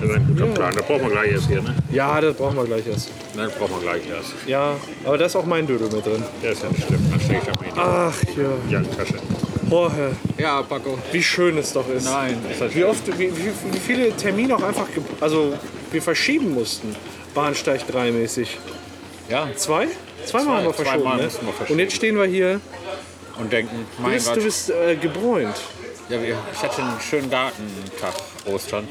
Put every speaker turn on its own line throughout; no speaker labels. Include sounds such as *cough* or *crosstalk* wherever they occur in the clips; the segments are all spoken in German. Das ist ein guter Plan. Das brauchen wir gleich erst hier, ne?
Ja, das brauchen wir gleich erst.
Nein, das brauchen wir gleich erst.
Ja, aber da ist auch mein Dödel mit drin.
Der ist ja nicht schlimm. Dann stecke ich am Ende.
Ach ja.
Ja, in die Tasche.
Boah, Herr,
Ja, Paco.
wie schön es doch ist.
Nein.
Wie oft, wie, wie, wie viele Termine auch einfach, ge- also wir verschieben mussten. Bahnsteig 3 mäßig.
Ja.
Zwei? Zweimal haben
zweimal
wir verschoben, ne?
mussten wir verschieben.
Und jetzt stehen wir hier.
Und denken,
Du
mein
bist, du
Gott.
bist äh, gebräunt.
Ja, wir- ich hatte einen schönen Gartentag, Ostern.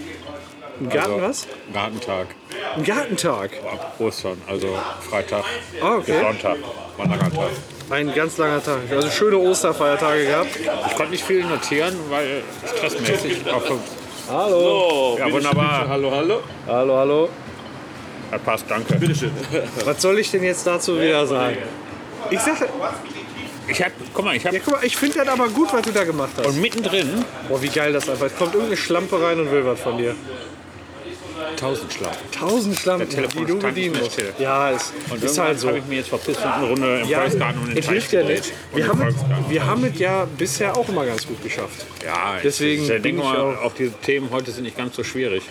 Ein Garten
Also.
was?
Gartentag,
Ein Gartentag.
ab Ostern, also Freitag
Ah,
bis
okay.
Sonntag, war ein langer Tag.
Ein ganz langer Tag. Also schöne Osterfeiertage gehabt.
Ich konnte nicht viel notieren, weil stressmäßig auf
Hallo.
Oh,
Ja, wunderbar.
Hallo, hallo.
Hallo, hallo.
Ja, passt, danke.
Bitteschön.
Was soll ich denn jetzt dazu wieder sagen? Ich sag,
Ich hab, guck mal, ich hab.
ja guck mal, ich finde das aber gut, was du da gemacht hast.
Und mittendrin
Boah, wie geil das einfach. Es kommt irgendeine Schlampe rein und will was von dir.
Tausendschlag.
Tausend Schlampen,
Telefon
die du
stand nicht
bedienen
mehr
musst.
still.
Ja, ist,
Und
ist halt
irgendwann
so.
habe ich mir jetzt verpisst und eine Runde im
Ja,
Volksgarten und in den
es hilft ja
Teich
nicht.
gedreht. Und
Wir
im
haben,
Volksgarten.
wir haben es ja bisher auch immer ganz gut geschafft.
Ja,
Deswegen
ich
bin
denke
ich
mal,
auch-
auch diese Themen heute sind nicht ganz so schwierig.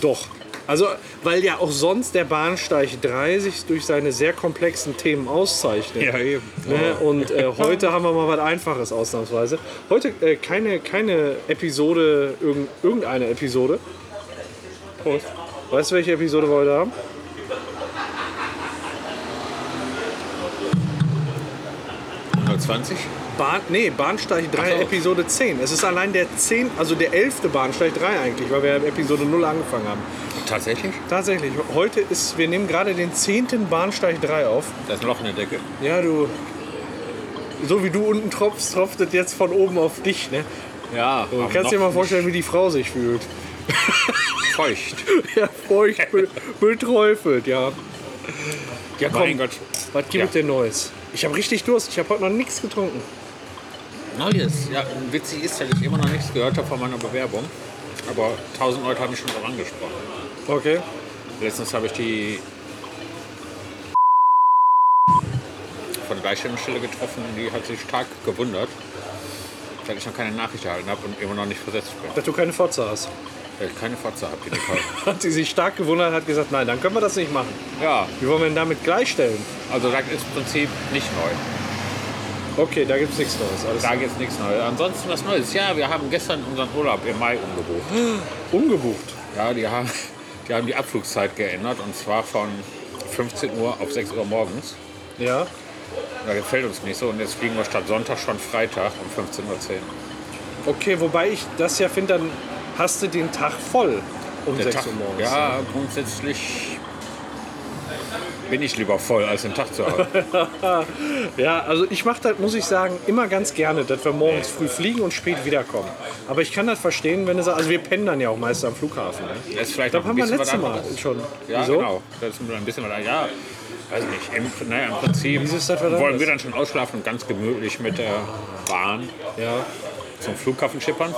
Doch. Also, weil ja auch sonst der Bahnsteig 3 sich durch seine sehr komplexen Themen auszeichnet.
eben.
Ne? Und äh, heute haben wir mal was Einfaches ausnahmsweise. Heute äh, keine, keine Episode, irgend, irgendeine Episode. Prost. Weißt du, welche Episode wir heute haben? Bahn, nee, Bahnsteig 3,
Ach so.
Episode 10. Es ist allein der 10, also der 11. Bahnsteig 3 eigentlich, weil wir ja in Episode 0 angefangen haben.
Tatsächlich?
Tatsächlich, heute ist, wir nehmen gerade den 10. Bahnsteig 3 auf.
Da ist ein Loch in der Decke.
Ja, du. So wie du unten tropfst, tropft es jetzt von oben auf dich, ne?
Ja,
Du kannst dir mal vorstellen, wie die Frau sich fühlt. *laughs*
feucht.
Ja, feucht, be beträufelt, ja. Ja, komm,
Mein Gott.
was gibt
Ja.
es denn Neues? Ich habe richtig Durst, ich habe heute noch nichts getrunken.
Neues. Ja, witzig ist, dass ich immer noch nichts gehört habe von meiner Bewerbung. Aber tausend Leute haben mich schon darauf angesprochen.
Okay.
Letztens habe ich die von Gleichstellungsstelle getroffen. Die hat sich stark gewundert, dass ich noch keine Nachricht erhalten habe und immer noch nicht versetzt bin.
Dass du keine Fotze hast.
Weil ich keine Fotze habe, die Nicole.
Hat sie sich stark gewundert, hat gesagt, nein, dann können wir das nicht machen.
Ja,
Wie wollen wir denn damit gleichstellen?
also das ist im Prinzip nicht neu.
Okay, da gibt es nichts Neues. Alles
Da gibt es nichts Neues. Ansonsten was Neues. Ja, wir haben gestern unseren Urlaub im Mai umgebucht.
umgebucht.
Ja, die haben die, haben die Abflugszeit geändert und zwar von 15 Uhr auf 6 Uhr morgens.
Ja.
Da gefällt uns nicht so und jetzt fliegen wir statt Sonntag schon Freitag um 15.10 Uhr.
Okay, wobei ich das ja finde, dann hast du den Tag voll um
Der
6
Tag,
Uhr morgens.
Ja, grundsätzlich bin ich lieber voll, als den Tag zu
*laughs*
haben.
Ja, also ich mache das, muss ich sagen, immer ganz gerne, dass wir morgens früh fliegen und spät wiederkommen. Aber ich kann das verstehen, wenn du sagst, also wir pennen dann ja auch meist am Flughafen. Ne?
Das ist vielleicht
Da
noch ein
haben wir
bisschen was
letztes Mal
anderes.
schon.
Ja,
Wieso?
genau. Das ist ein bisschen was Ja, weiß nicht. Im, naja, im Prinzip
Wieso ist das was
wollen
anderes?
wir dann schon ausschlafen und ganz gemütlich mit der Bahn
Ja,
zum Flughafen schippern.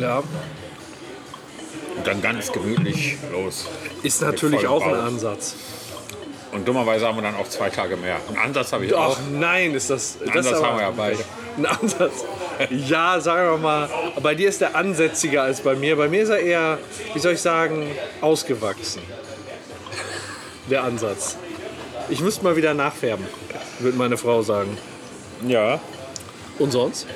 ja.
Und dann ganz gemütlich los.
Ist
Mit
natürlich
vollem
auch ein
Bauch.
Ansatz.
Und dummerweise haben wir dann auch zwei Tage mehr. Einen Ansatz habe ich auch.
Ach nein, ist das. das
Ansatz
ist aber-
haben wir ja beide.
Ein Ansatz. Ja, sagen wir mal, bei dir ist der ansätziger als bei mir. Bei mir ist er eher, wie soll ich sagen, ausgewachsen. Der Ansatz. Ich müsste mal wieder nachfärben, würde meine Frau sagen.
Ja.
Und sonst?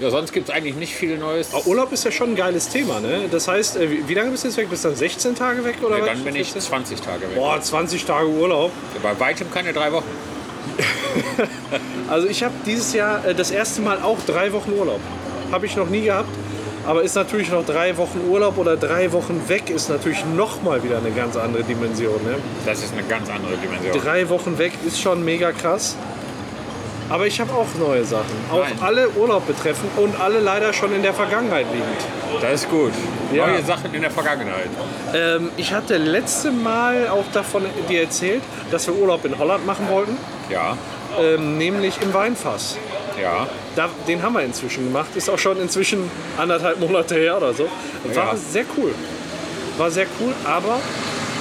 Ja, sonst gibt es eigentlich nicht viel Neues.
Aber Urlaub ist ja schon ein geiles Thema, ne? Das heißt, äh, wie wie lange bist du jetzt weg? Bist du dann 16 Tage weg oder
Ja,
was?
dann bin ich 20 Tage weg.
Boah, 20 Tage Urlaub.
Bei weitem keine drei Wochen.
Also ich habe dieses Jahr äh, das erste Mal auch drei Wochen Urlaub. Habe ich noch nie gehabt. Aber ist natürlich noch drei Wochen Urlaub oder drei Wochen weg ist natürlich noch mal wieder eine ganz andere Dimension. Ne?
Das ist eine ganz andere Dimension.
Drei Wochen weg ist schon mega krass. Aber ich habe auch neue Sachen. Auch
Nein.
alle Urlaub betreffend und alle leider schon in der Vergangenheit liegend.
Das ist gut.
Ja.
Neue Sachen in der Vergangenheit.
Ähm, ich hatte letzte Mal auch davon dir erzählt, dass wir Urlaub in Holland machen wollten,
Ja,
ähm, nämlich im Weinfass.
ja.
Da, den haben wir inzwischen gemacht. Ist auch schon inzwischen anderthalb Monate her oder so. War
Ja.
sehr cool. War sehr cool, aber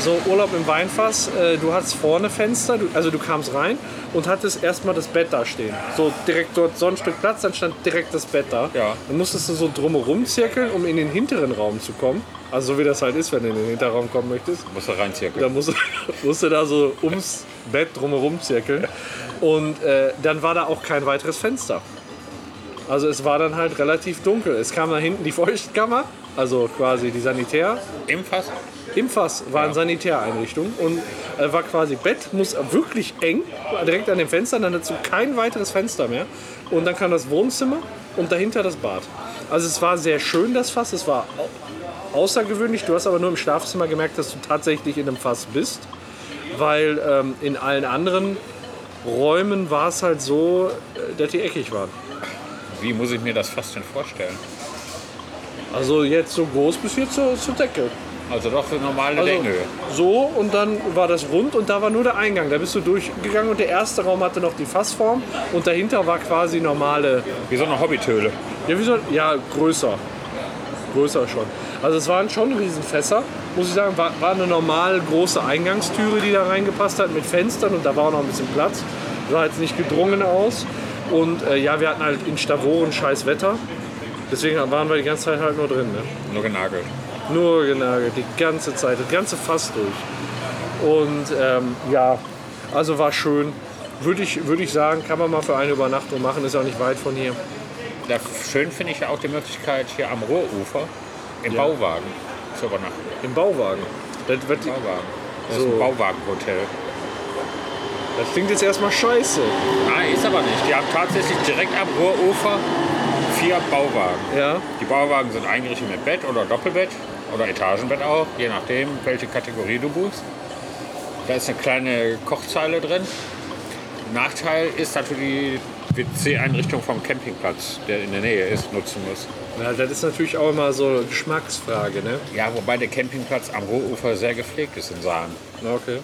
so Urlaub im Weinfass, äh, du hattest vorne Fenster, du, also du kamst rein und hattest erstmal das Bett da stehen. So direkt dort so ein Stück Platz, dann stand direkt das Bett da.
Ja.
Dann musstest du so drumherum zirkeln, um in den hinteren Raum zu kommen. Also so wie das halt ist, wenn du in den Hinterraum kommen möchtest.
Muss da reinzirkeln.
Da musste, musste da so ums Bett drumherum zirkeln. Und äh, dann war da auch kein weiteres Fenster. Also es war dann halt relativ dunkel. Es kam da hinten die Feuchtkammer, also quasi die Sanitär.
Im Fass?
Im Fass waren Sanitäreinrichtungen und äh, war quasi Bett, muss wirklich eng, war direkt an dem Fenster, dann dazu kein weiteres Fenster mehr. Und dann kam das Wohnzimmer und dahinter das Bad. Also es war sehr schön, das Fass, es war au- außergewöhnlich. Du hast aber nur im Schlafzimmer gemerkt, dass du tatsächlich in einem Fass bist, weil ähm, in allen anderen Räumen war es halt so, äh, dass die eckig waren.
Wie muss ich mir das Fass denn vorstellen?
Also jetzt so groß bis hier zur, zur Decke.
Also doch für normale
Also,
Deckenhöhe.
so und dann war das rund und da war nur der Eingang. Da bist du durchgegangen und der erste Raum hatte noch die Fassform und dahinter war quasi normale,
Wie so eine Hobbytöle.
ja, wie so, ja größer, größer schon. Also es waren schon Riesenfässer, muss ich sagen, war, war eine normal große Eingangstüre, die da reingepasst hat mit Fenstern und da war auch noch ein bisschen Platz. Sah jetzt nicht gedrungen aus und äh, ja, wir hatten halt in Stavoren scheiß Wetter. Deswegen waren wir die ganze Zeit halt nur drin. Ne?
Nur genagelt.
Nur genagelt, die ganze Zeit, das ganze Fass durch. Und ähm, ja, also war schön. Würde ich, würde ich sagen, kann man mal für eine Übernachtung machen, ist auch nicht weit von hier.
Da schön finde ich ja auch die Möglichkeit, hier am Ruhrufer im Bauwagen zu übernachten.
Im Bauwagen. Das, wird,
Bauwagen. Das
So.
ist ein Bauwagenhotel.
das klingt jetzt erstmal scheiße.
Nein, ist aber nicht. Die haben tatsächlich direkt am Ruhrufer vier Bauwagen.
Ja,
Die Bauwagen sind eingerichtet mit Bett oder Doppelbett oder Etagenbett auch, je nachdem, welche Kategorie du buchst. Da ist eine kleine Kochzeile drin. Nachteil ist, dass du die WC-Einrichtung vom Campingplatz, der in der Nähe ist, nutzen musst.
ja das ist natürlich auch immer so eine Geschmacksfrage, ne?
Ja, wobei der Campingplatz am Ruhrufer sehr gepflegt ist in Saan.
Na, okay.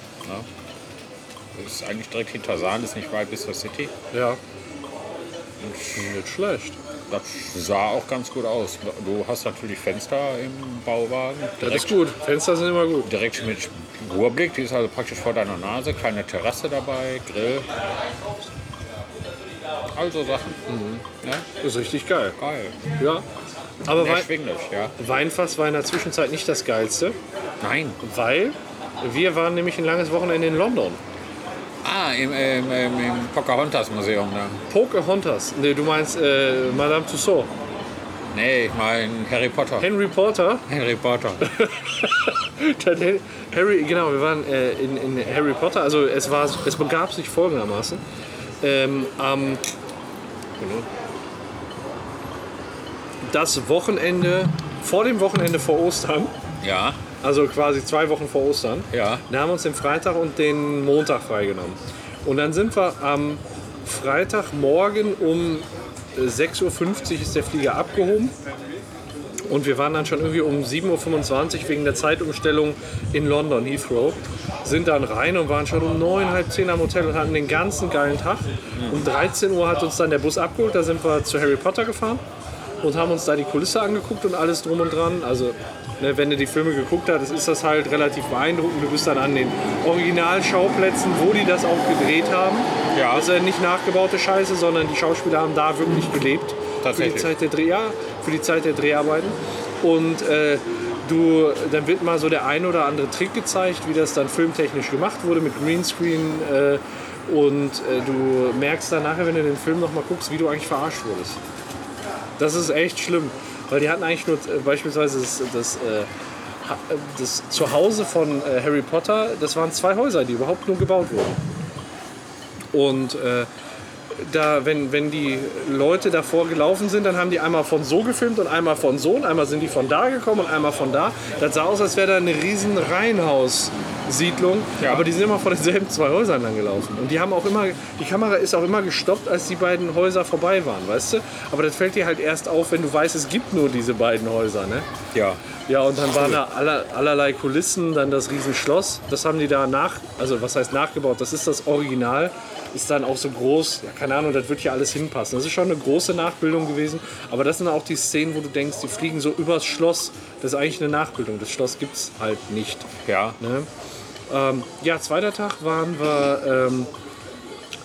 Das ist eigentlich direkt hinter Saan, ist nicht weit bis zur City.
Ja. Hm, Nicht schlecht.
Das sah auch ganz gut aus. Du hast natürlich Fenster im Bauwagen.
Das ist
Direkt,
gut. Fenster sind immer gut.
direkt mit Ruhrblick, die ist also praktisch vor deiner Nase. Kleine Terrasse dabei, Grill. Also Sachen. Ja,
Ist richtig geil.
geil.
Ja. Aber Wei
Erschwinglich, ja.
Weinfass war in der Zwischenzeit nicht das Geilste.
Nein.
Weil wir waren nämlich ein langes Wochenende in London.
Ah, im, im, im, im Pocahontas Museum. Ne?
Pocahontas. Nee, du meinst äh, Madame Tussaud.
Nee, ich meine Harry Potter.
Henry Potter. *laughs*
Harry Potter.
Dann Hen- Harry, genau, wir waren äh, in, in Harry Potter. Also es, war, es begab sich folgendermaßen. Ähm, am- genau. das Wochenende, vor dem Wochenende vor Ostern,
Ja,
also quasi zwei Wochen vor Ostern,
ja.
Da haben wir uns den Freitag und den Montag freigenommen. Und dann sind wir am Freitagmorgen um äh, 6.50 Uhr ist der Flieger abgehoben. Und wir waren dann schon irgendwie um 7.25 Uhr wegen der Zeitumstellung in London, Heathrow. Sind dann rein und waren schon um 9, halb 10 am Hotel und hatten den ganzen geilen Tag. Um 13 Uhr hat uns dann der Bus abgeholt, da sind wir zu Harry Potter gefahren und haben uns da die Kulisse angeguckt und alles drum und dran. Also, ne, wenn du die Filme geguckt hast, ist das halt relativ beeindruckend. Du bist dann an den Originalschauplätzen, wo die das auch gedreht haben.
Ja.
Also nicht nachgebaute Scheiße, sondern die Schauspieler haben da wirklich gelebt. Für die
Tatsächlich.
Zeit der Dreh, ja, für die Zeit der Dreharbeiten. Und äh, du, dann wird mal so der ein oder andere Trick gezeigt, wie das dann filmtechnisch gemacht wurde mit Greenscreen. Äh, und äh, du merkst dann nachher, wenn du den Film nochmal guckst, wie du eigentlich verarscht wurdest. Das ist echt schlimm, weil die hatten eigentlich nur äh, beispielsweise das, das, äh, ha- äh, das Zuhause von äh, Harry Potter, das waren zwei Häuser, die überhaupt nur gebaut wurden. Und äh, da, wenn, wenn die Leute davor gelaufen sind, dann haben die einmal von so gefilmt und einmal von so und einmal sind die von da gekommen und einmal von da. Das sah aus, als wäre da eine riesen Reihenhaus Siedlung.
Ja.
Aber die sind immer vor denselben zwei Häusern lang gelaufen. Und die haben auch immer, die Kamera ist auch immer gestoppt, als die beiden Häuser vorbei waren, weißt du? Aber das fällt dir halt erst auf, wenn du weißt, es gibt nur diese beiden Häuser, ne?
Ja.
Ja, und dann waren da aller, allerlei Kulissen, dann das Riesenschloss. Das haben die da nach, also was heißt nachgebaut, das ist das Original. Ist dann auch so groß, ja, keine Ahnung, das wird hier alles hinpassen. Das ist schon eine große Nachbildung gewesen. Aber das sind auch die Szenen, wo du denkst, die fliegen so übers Schloss. Das ist eigentlich eine Nachbildung. Das Schloss gibt es halt nicht.
Ja.
Ne? Ähm, ja, zweiter Tag waren wir ähm,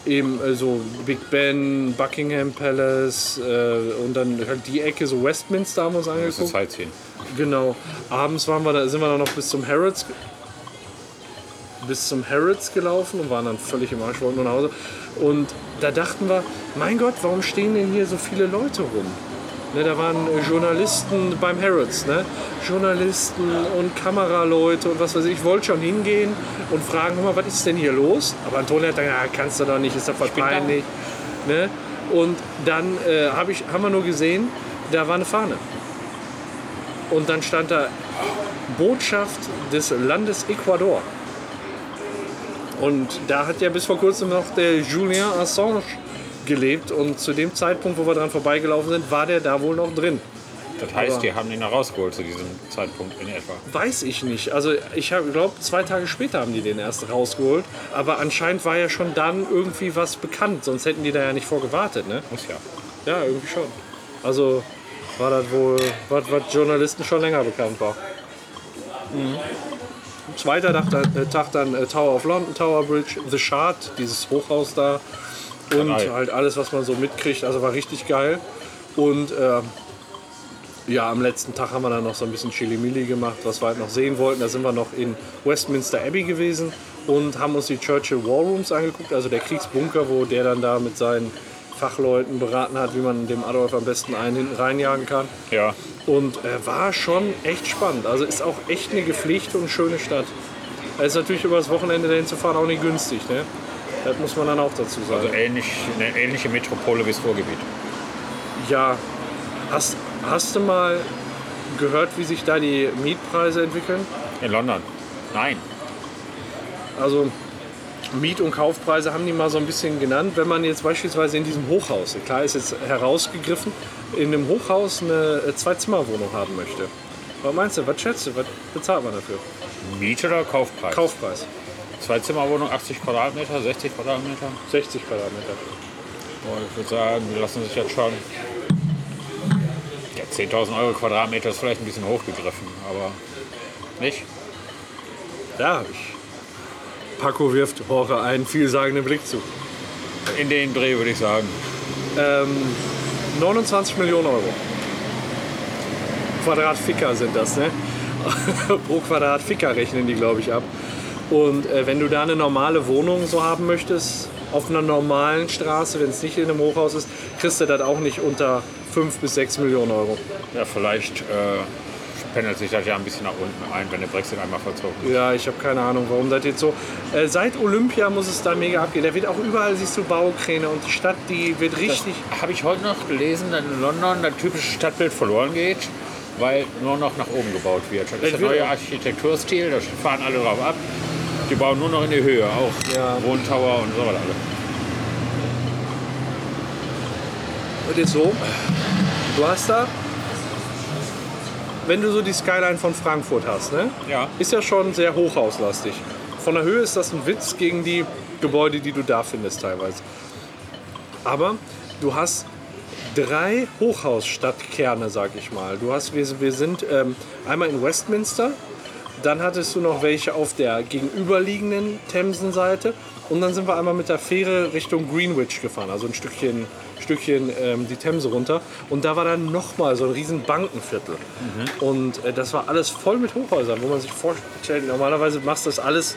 eben äh, so Big Ben, Buckingham Palace äh, und dann halt die Ecke, so Westminster haben wir uns
Das ist
angeguckt.
Zeit ziehen.
Genau. Abends waren wir da, sind wir dann noch bis zum Harrods ge- bis zum Harrods gelaufen und waren dann völlig im Arsch, wollten nur nach Hause. Und da dachten wir, mein Gott, warum stehen denn hier so viele Leute rum? Ne, da waren äh, Journalisten beim Harrods, ne? Journalisten und Kameraleute und was weiß ich. Ich wollte schon hingehen und fragen, hör mal, was ist denn hier los? Aber Antonia hat dann gesagt, "Ah, kannst du doch nicht, ist doch voll
bin da."
peinlich. Ne? Und dann äh, hab ich, haben wir nur gesehen, da war eine Fahne. Und dann stand da Botschaft des Landes Ecuador. Und da hat ja bis vor kurzem noch der Julien Assange gelebt. Und zu dem Zeitpunkt, wo wir dran vorbeigelaufen sind, war der da wohl noch drin.
Das heißt,
Aber-
die haben ihn da rausgeholt zu diesem Zeitpunkt in etwa.
Weiß ich nicht. Also ich glaube, zwei Tage später haben die den erst rausgeholt. Aber anscheinend war ja schon dann irgendwie was bekannt. Sonst hätten die da ja nicht vorgewartet. Ne?
Muss ja.
Ja, irgendwie schon. Also war das wohl, was, was Journalisten schon länger bekannt war. Mhm. Zweiter Tag, dann- äh, Tag dann äh, Tower of London, Tower Bridge, The Shard, dieses Hochhaus da. Und
Drei.
halt alles, was man so mitkriegt. Also war richtig geil. Und ähm, ja, am letzten Tag haben wir dann noch so ein bisschen Chili-Mili gemacht, was wir halt noch sehen wollten. Da sind wir noch in Westminster Abbey gewesen und haben uns die Churchill War Rooms angeguckt, also der Kriegsbunker, wo der dann da mit seinen Fachleuten beraten hat, wie man dem Adolf am besten einen hinten reinjagen kann.
Ja.
Und äh, war schon echt spannend. Also ist auch echt eine gepflegte und schöne Stadt. Ist natürlich über das Wochenende dahin zu fahren auch nicht günstig, ne? Das muss man dann auch dazu sagen.
Also ähnlich, eine ähnliche Metropole wie das Ruhrgebiet.
Ja, hast, hast du mal gehört, wie sich da die Mietpreise entwickeln?
In London. Nein.
Also Miet- und Kaufpreise haben die mal so ein bisschen genannt. Wenn man jetzt beispielsweise in diesem Hochhaus, klar ist jetzt herausgegriffen, in einem Hochhaus eine äh, Zwei-Zimmer-Wohnung haben möchte. Was meinst du, was schätzt du, was bezahlt man dafür?
Miete oder Kaufpreis?
Kaufpreis,
Zwei-Zimmer-Wohnung, 80 Quadratmeter, 60 Quadratmeter.
60 Quadratmeter.
Boah, ich würde sagen, die lassen sich jetzt schon. Ja, 10.000 Euro Quadratmeter ist vielleicht ein bisschen hochgegriffen, aber nicht?
Ja, ich. Paco wirft Horror einen vielsagenden Blick zu.
In den Dreh würde ich sagen.
Ähm, 29 Millionen Euro. Quadratficker sind das, ne? *laughs* Pro Quadratficker rechnen die, glaube ich, ab. Und äh, wenn du da eine normale Wohnung so haben möchtest, auf einer normalen Straße, wenn es nicht in einem Hochhaus ist, kriegst du das auch nicht unter 5 bis 6 Millionen Euro.
Ja, vielleicht äh, pendelt sich das ja ein bisschen nach unten ein, wenn der Brexit einmal verzogen ist.
Ja, ich habe keine Ahnung, warum das jetzt so. Äh, seit Olympia muss es da mega abgehen. Da wird auch überall, siehst du, Baukräne und die Stadt, die wird richtig.
Habe ich heute noch gelesen, dass in London das typische Stadtbild verloren geht, weil nur noch nach oben gebaut wird. Das ist der
wird-
neue Architekturstil, da fahren alle drauf ab. Die bauen nur noch in die Höhe, auch
Ja.
Wohntower und so weiter.
Und jetzt so, du hast da, wenn du so die Skyline von Frankfurt hast, ne?
Ja.
ist ja schon sehr hochhauslastig. Von der Höhe ist das ein Witz gegen die Gebäude, die du da findest teilweise. Aber du hast drei Hochhausstadtkerne, sag ich mal. Du hast, wir, wir sind ähm, einmal in Westminster, dann hattest du noch welche auf der gegenüberliegenden Themsenseite und dann sind wir einmal mit der Fähre Richtung Greenwich gefahren, also ein Stückchen, Stückchen ähm, die Themse runter und da war dann nochmal so ein riesen Bankenviertel und äh, das war alles voll mit Hochhäusern, wo man sich vorstellt, normalerweise machst du das alles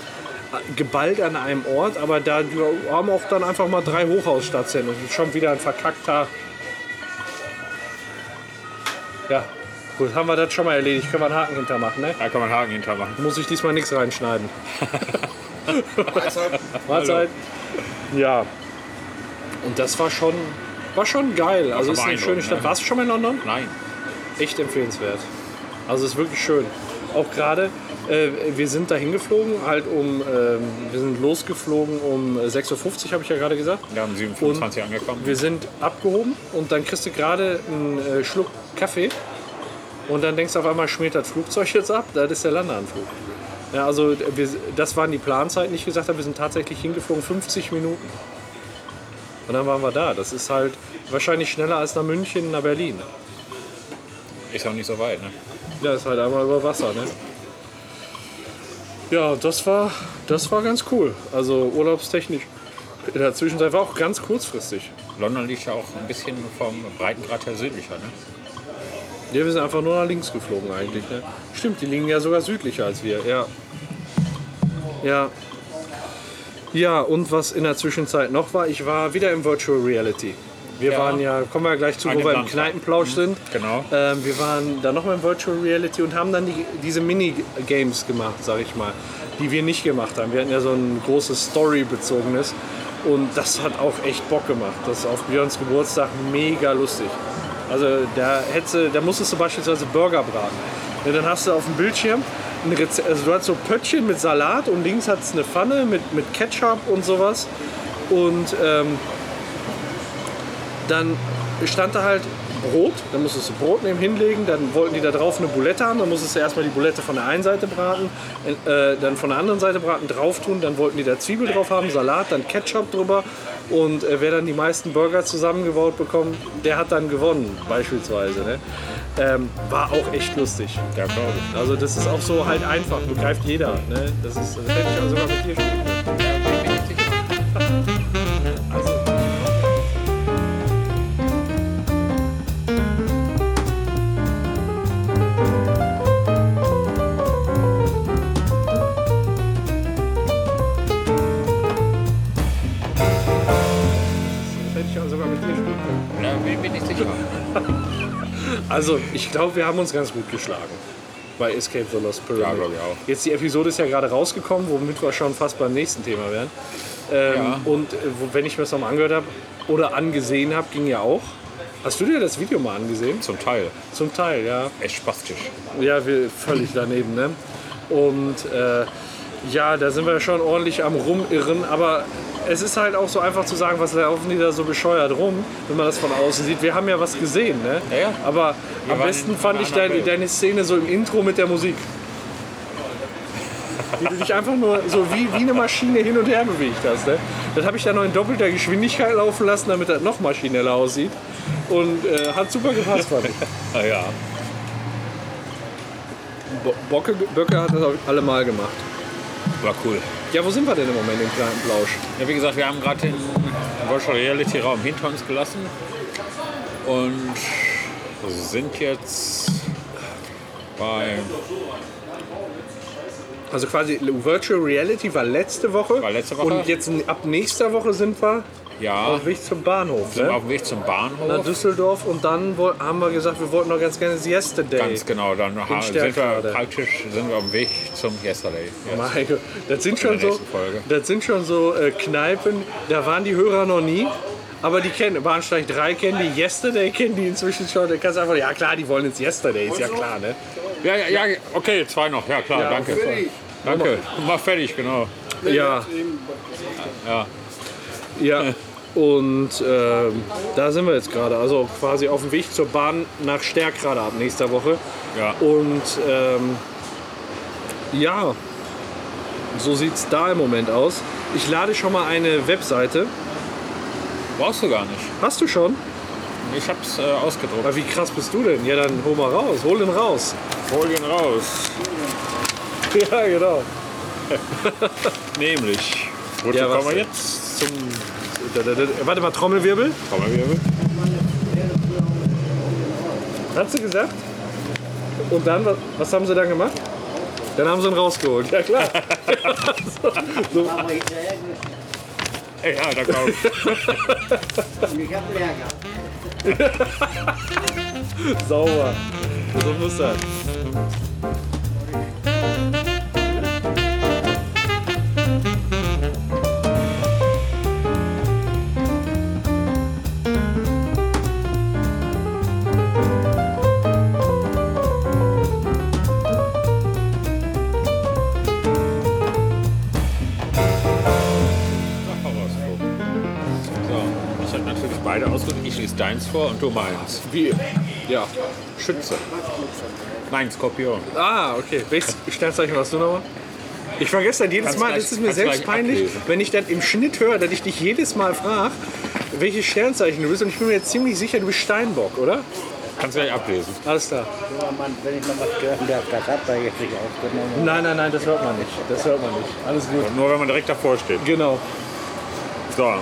äh, geballt an einem Ort, aber da die haben auch dann einfach mal drei Hochhausstationen und schon wieder ein verkackter ja, gut, haben wir das schon mal erledigt, können wir einen Haken hintermachen, ne?
Da kann man einen Haken hinter machen.
Muss ich diesmal nichts reinschneiden. *laughs* Mahlzeit. Ja. Und das war schon, war schon geil. Also
war
es ist eine schöne
beeindruckend,
Stadt.
ne?
Warst du schon mal in London?
Nein.
Echt empfehlenswert. Also es ist wirklich schön. auch gerade. Äh, wir sind da hingeflogen, halt um, ähm, wir sind losgeflogen um 6.50 Uhr, habe ich ja gerade gesagt.
Wir haben 725 angekommen.
Wir sind abgehoben und dann kriegst du gerade einen äh, Schluck Kaffee und dann denkst du auf einmal, schmiert das Flugzeug jetzt ab, das ist der Landeanflug. Ja, also wir, das waren die Planzeiten, die ich gesagt habe, wir sind tatsächlich hingeflogen, 50 Minuten. Und dann waren wir da. Das ist halt wahrscheinlich schneller als nach München, nach Berlin.
Ist auch nicht so weit, ne?
Ja, ist halt einmal über Wasser, ne? Ja, das war, das war ganz cool. Also urlaubstechnisch. In der Zwischenzeit war auch ganz kurzfristig.
London liegt ja auch ein bisschen vom Breitengrad her südlicher, ne?
Ja, wir sind einfach nur nach links geflogen eigentlich. Ne? Stimmt, die liegen ja sogar südlicher als wir. Ja. Ja. Ja, und was in der Zwischenzeit noch war, ich war wieder im Virtual Reality. Wir
Ja.
waren ja, kommen wir gleich zu,
An
wo
dem
wir im
Land.
Kneipenplausch sind.
Genau.
Ähm, wir waren dann nochmal im Virtual Reality und haben dann die, diese Minigames gemacht, sag ich mal, die wir nicht gemacht haben. Wir hatten ja so ein großes Story-bezogenes und das hat auch echt Bock gemacht. Das ist auf Björns Geburtstag mega lustig. Also da, hättest, du- da musstest du beispielsweise Burger braten. Ja, dann hast du auf dem Bildschirm, ein Reze- also du hast so Pöttchen mit Salat und links hat es eine Pfanne mit, mit Ketchup und sowas. Und ähm, dann stand da halt Brot, dann musstest du Brot nehmen, hinlegen, dann wollten die da drauf eine Bulette haben, dann musstest du erstmal die Bulette von der einen Seite braten, äh, dann von der anderen Seite braten, drauf tun, dann wollten die da Zwiebel drauf haben, Salat, dann Ketchup drüber und äh, wer dann die meisten Burger zusammengebaut bekommt, der hat dann gewonnen, beispielsweise. Ne? Ähm, war auch echt lustig.
Ja, glaube ich.
Also das ist auch so halt einfach, begreift jeder. Ne? Das ist, das hätte ich auch sogar mit dir spielen können. Also, Das hätte ich auch sogar mit dir spielen können.
Na, bin bin ich sicher.
Also, ich glaube, wir haben uns ganz gut geschlagen bei Escape the Lost Pyramid.
Ja, glaub ich auch.
Jetzt die Episode ist ja gerade rausgekommen, womit wir schon fast beim nächsten Thema wären. Ähm,
Ja.
Und äh, wo- wenn ich mir das nochmal angehört habe oder angesehen habe, ging ja auch. Hast du dir das Video mal angesehen?
Zum Teil.
Zum Teil, ja.
Echt spastisch.
Ja, wir völlig daneben, ne? Und äh, ja, da sind wir schon ordentlich am Rumirren, aber es ist halt auch so einfach zu sagen, was laufen die da so bescheuert rum, wenn man das von außen sieht. Wir haben ja was gesehen, ne?
Ja, ja.
Aber am
waren
besten
in
fand
einer
ich
anderen
deine,
Welt.
deine Szene so im Intro mit der Musik. Wie du dich einfach nur so wie, wie eine Maschine hin und her bewegt hast. Ne? Das habe ich ja noch in doppelter Geschwindigkeit laufen lassen, damit das noch maschineller aussieht. Und äh, hat super gepasst, fand ich.
Ah ja.
Bo- Bocke, Böcke hat das allemal gemacht.
War cool.
Ja, wo sind wir denn im Moment im kleinen Plausch?
Ja, wie gesagt, wir haben gerade den Virtual Reality Raum hinter uns gelassen und sind jetzt bei,
Also quasi Virtual Reality war letzte Woche.
War letzte Woche.
Und jetzt n- ab nächster Woche sind wir
ja,
auf Weg zum Bahnhof,
sind wir
ne?
auf dem Weg zum
Nach
Bahnhof.
Düsseldorf und dann woll- haben wir gesagt, wir wollten noch ganz gerne Siesta Day.
Ganz genau, dann ha- sind wir
Sternschade.
praktisch sind wir auf dem Weg zum Yesterday. Ja.
Mein Gott, *laughs* das sind schon
der
so,
nächsten Folge.
das sind schon so äh, Kneipen, da waren die Hörer noch nie. Aber die kennen, Bahnsteig 3 kennen die, Yesterday kennen die inzwischen schon. Da kannst du einfach, ja klar, die wollen jetzt Yesterday, ist ja klar, ne?
Ja, ja, ja, okay, zwei noch, ja klar,
Ja,
danke.
fertig.
Danke, mach fertig, genau.
Ja.
Ja.
Ja. Und ähm, da sind wir jetzt gerade, also quasi auf dem Weg zur Bahn nach Stärkrade ab nächster Woche.
Ja.
Und ähm, ja, so sieht es da im Moment aus. Ich lade schon mal eine Webseite.
Brauchst du gar nicht.
Hast du schon?
Ich hab's äh, ausgedruckt.
Aber wie krass bist du denn? Ja, dann hol mal raus, hol den raus. *laughs*
Folien raus.
Ja, genau.
Nämlich. Wozu
Ja, was
kommen wir
denn?
jetzt? Zum
Da, da, da, warte mal, Trommelwirbel.
Trommelwirbel.
Hast du gesagt? Und dann, was, was haben sie dann gemacht? Dann haben sie ihn rausgeholt. Ja, klar.
Ja, da glaube ich.
Ich habe Leer gehabt.
Sauber. So muss das.
beide ausdrücken. Ich schließe deins vor und du meins.
Wie? Ja.
Schütze. Nein, Skorpion.
Ah, okay. Welches Sternzeichen warst du nochmal? Ich vergesse das jedes
Kannst
Mal,
gleich-
das ist mir
kannst
selbst
gleich
peinlich,
ablesen.
wenn ich das im Schnitt höre, dass ich dich jedes Mal frage, welches Sternzeichen du bist. Und ich bin mir jetzt ziemlich sicher, du bist Steinbock, oder?
Kannst du gleich ablesen.
Alles klar.
Ja, Mann, wenn ich noch was hören darf, das habt ihr jetzt nicht aufgenommen.
Nein, nein, nein, das hört man nicht. Das hört man nicht. Alles gut.
Nur wenn man direkt davor steht.
Genau.
So.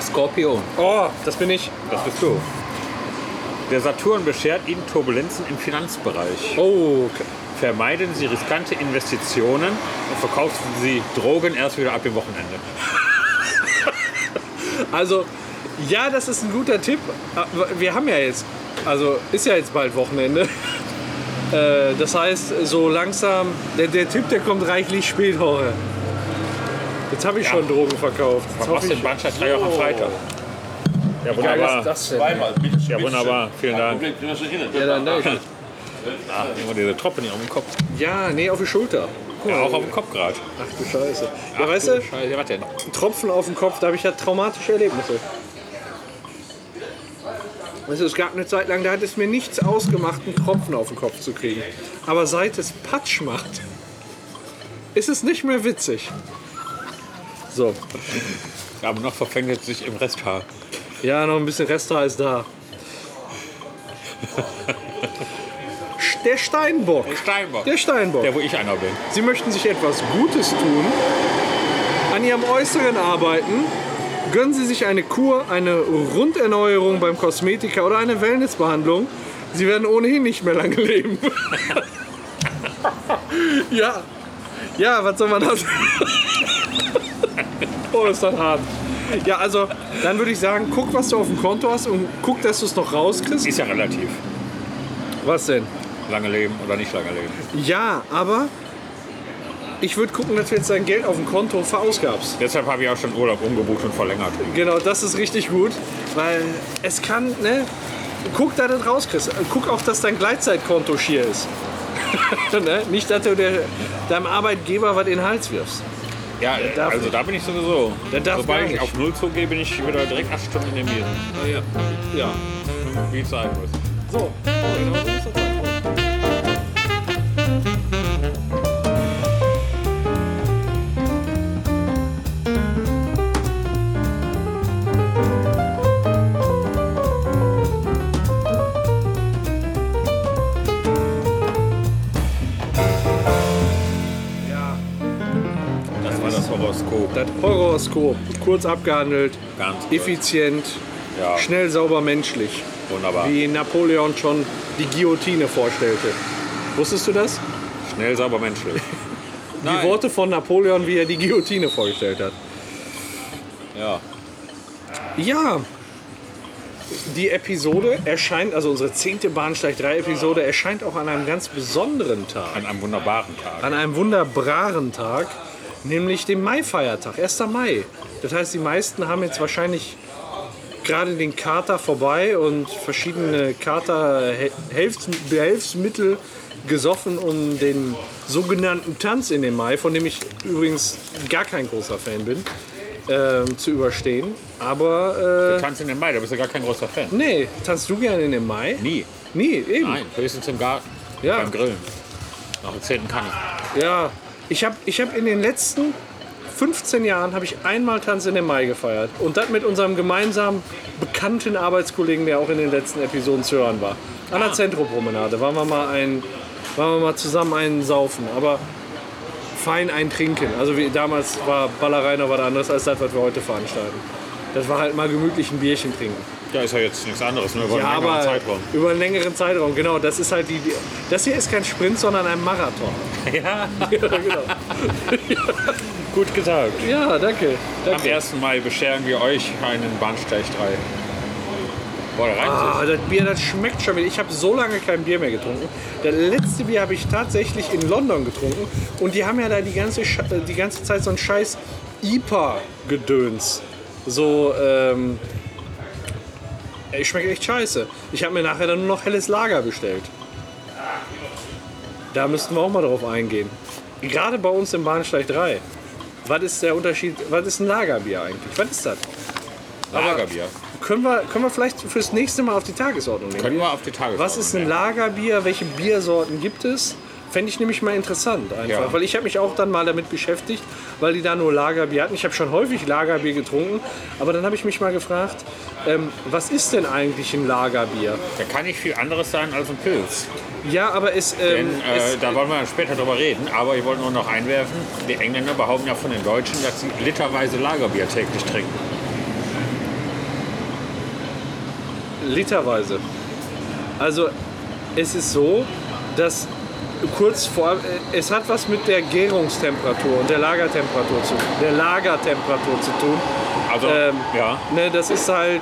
Skorpion.
Oh, das bin ich.
Das bist du. Der Saturn beschert Ihnen Turbulenzen im Finanzbereich.
Oh, okay.
Vermeiden Sie riskante Investitionen und verkaufen Sie Drogen erst wieder ab dem Wochenende.
Also, ja, das ist ein guter Tipp. Aber Wir haben ja jetzt, also ist ja jetzt bald Wochenende. *laughs* Äh, Das heißt, so langsam, der, der Tipp, der kommt reichlich spät heute. Jetzt habe ich schon Drogen verkauft. Jetzt
Was
hoffe
machst du
ich-
in Bahnsteig 3 Uhr am Freitag?
Ja, wunderbar.
das denn?
Ja, wunderbar. Vielen Dank.
Ja, dann, nein.
Ah, immer diese Tropfen hier auf dem Kopf.
ja, nee, auf die Schulter.
Ja, auch auf dem Kopf gerade.
Ach du Scheiße. Ja, weißt du,
Scheiße, was denn?
Tropfen auf dem Kopf, da habe ich ja traumatische Erlebnisse. Weißt du, es gab eine Zeit lang, da hat es mir nichts ausgemacht, einen Tropfen auf den Kopf zu kriegen. Aber seit es Patsch macht, ist es nicht mehr witzig. So,
Aber noch verfängt es sich im Resthaar.
ja, noch ein bisschen Resthaar ist da. Der Steinbock.
Steinbock.
Der Steinbock.
Der, wo ich einer bin.
Sie möchten sich etwas Gutes tun, an Ihrem Äußeren arbeiten. Gönnen Sie sich eine Kur, eine Runderneuerung beim Kosmetiker oder eine Wellnessbehandlung. Sie werden ohnehin nicht mehr lange leben. *laughs* ja. Ja, was soll man das? *laughs* oh, ist das hart. Ja, also, dann würde ich sagen, guck, was du auf dem Konto hast und guck, dass du es noch rauskriegst.
Ist ja relativ.
Was denn?
Lange leben oder nicht lange leben.
Ja, aber ich würde gucken, dass du jetzt dein Geld auf dem Konto verausgabst.
Deshalb habe ich auch schon Urlaub umgebucht und verlängert.
Genau, das ist richtig gut, weil es kann, ne? Guck, dass du das rauskriegst. Guck auch, dass dein Gleitzeitkonto schier ist. *laughs* ne? Nicht, dass du der, deinem Arbeitgeber was in den Hals wirfst.
Ja,
darf
also
nicht.
da bin ich sowieso.
Der darf gar
Sobald ich
nicht. Ah,
auf Null zugehe, bin ich wieder direkt acht Stunden in der Miese.
Ja. ja.
Wie es sein muss.
So.
Das war das Horoskop.
Das Horoskop, kurz abgehandelt,
Ganz kurz.
effizient,
Ja,
schnell, sauber, menschlich.
wunderbar.
Wie Napoleon schon die Guillotine vorstellte. Wusstest du das?
Schnell, sauber,
*laughs*
menschlich.
Die Worte von Napoleon, wie er die Guillotine vorgestellt hat.
Ja.
Ja, die Episode erscheint, also unsere zehnte Bahnsteig 3 Episode erscheint auch an einem ganz besonderen Tag.
An einem wunderbaren Tag.
An einem wunderbaren Tag, nämlich dem Maifeiertag, 1. Mai. Das heißt, die meisten haben jetzt wahrscheinlich gerade den Kater vorbei und verschiedene Kater-Behelfsmittel gesoffen, um den sogenannten Tanz in den Mai, von dem ich übrigens gar kein großer Fan bin, ähm, zu überstehen. Aber äh,
Tanz in den Mai, da bist du gar kein großer Fan.
nee, tanzt du gerne in den Mai?
Nie.
Nie, eben.
Nein, höchstens im Garten.
Hm. Ja.
Beim Grillen. Nach dem 10. kann ich.
Ja, ich habe ich hab in den letzten 15 Jahren habe ich einmal Tanz in den Mai gefeiert. Und das mit unserem gemeinsamen bekannten Arbeitskollegen, der auch in den letzten Episoden zu hören war. An
Ah.
der Zentropromenade waren wir mal ein, waren wir mal zusammen einen saufen, aber fein ein Trinken. Also wie damals war Ballerei noch was anderes als das, was wir heute veranstalten. Das war halt mal gemütlich ein Bierchen trinken.
Ja, ist ja jetzt nichts anderes, ne? nur über
Ja,
einen längeren
aber
Zeitraum.
über einen längeren Zeitraum, genau. Das ist halt die, die. Das hier ist kein Sprint, sondern ein Marathon. *laughs*
Ja,
Ja, genau.
gut gesagt.
Ja, danke.
Am 1. Mai bescheren wir euch einen Bahnsteig 3. Boah, da reimt
Ah, das Bier, das schmeckt schon wieder. Ich habe so lange kein Bier mehr getrunken. Das letzte Bier habe ich tatsächlich in London getrunken. Und die haben ja da die ganze, Sch- äh, die ganze Zeit so ein scheiß IPA-Gedöns. So, ähm... Ey, schmeckt echt scheiße. Ich habe mir nachher dann nur noch helles Lager bestellt. Da müssten wir auch mal drauf eingehen. Gerade bei uns im Bahnsteig 3. Was ist der Unterschied? Was ist ein Lagerbier eigentlich? Was ist das?
sich. Lagerbier.
Können wir, können wir vielleicht fürs nächste Mal auf die Tagesordnung nehmen?
Können wir auf die Tagesordnung.
Was ist ein
nehmen.
Lagerbier? Welche Biersorten gibt es? Fände ich nämlich mal interessant einfach,
Ja.
weil ich habe mich auch dann mal damit beschäftigt, weil die da nur Lagerbier hatten. Ich habe schon häufig Lagerbier getrunken, aber dann habe ich mich mal gefragt, ähm, was ist denn eigentlich ein Lagerbier?
Da kann nicht viel anderes sein als ein Pilz.
Ja, aber es, ähm,
Denn,
es
äh, da wollen wir später drüber reden, aber ich wollte nur noch einwerfen, die Engländer behaupten ja von den Deutschen, dass sie literweise Lagerbier täglich trinken.
literweise. Also es ist so, dass kurz vor, äh, es hat was mit der Gärungstemperatur und der Lagertemperatur zu, der Lagertemperatur zu tun.
Also,
Ähm,
ja,
Ne, das ist halt,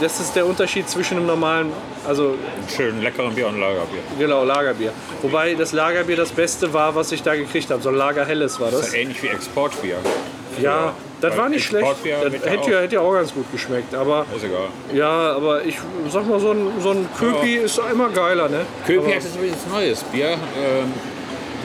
das ist der Unterschied zwischen einem normalen, also
einen schönen leckeren Bier und Lagerbier.
genau, Lagerbier. Wobei das Lagerbier das Beste war, was ich da gekriegt habe. So ein Lagerhelles war
Das
das.
ist ähnlich wie Exportbier.
Ja, das
Weil
war nicht schlecht.
Exportbier
Das
wird ja
hätte, ja, hätte ja auch ganz gut geschmeckt. Aber
Ist egal.
ja, aber ich sag mal, so ein, so ein Köpi ist immer geiler, ne?
Köpi
Aber-
hat jetzt übrigens ein neues Bier. Ähm,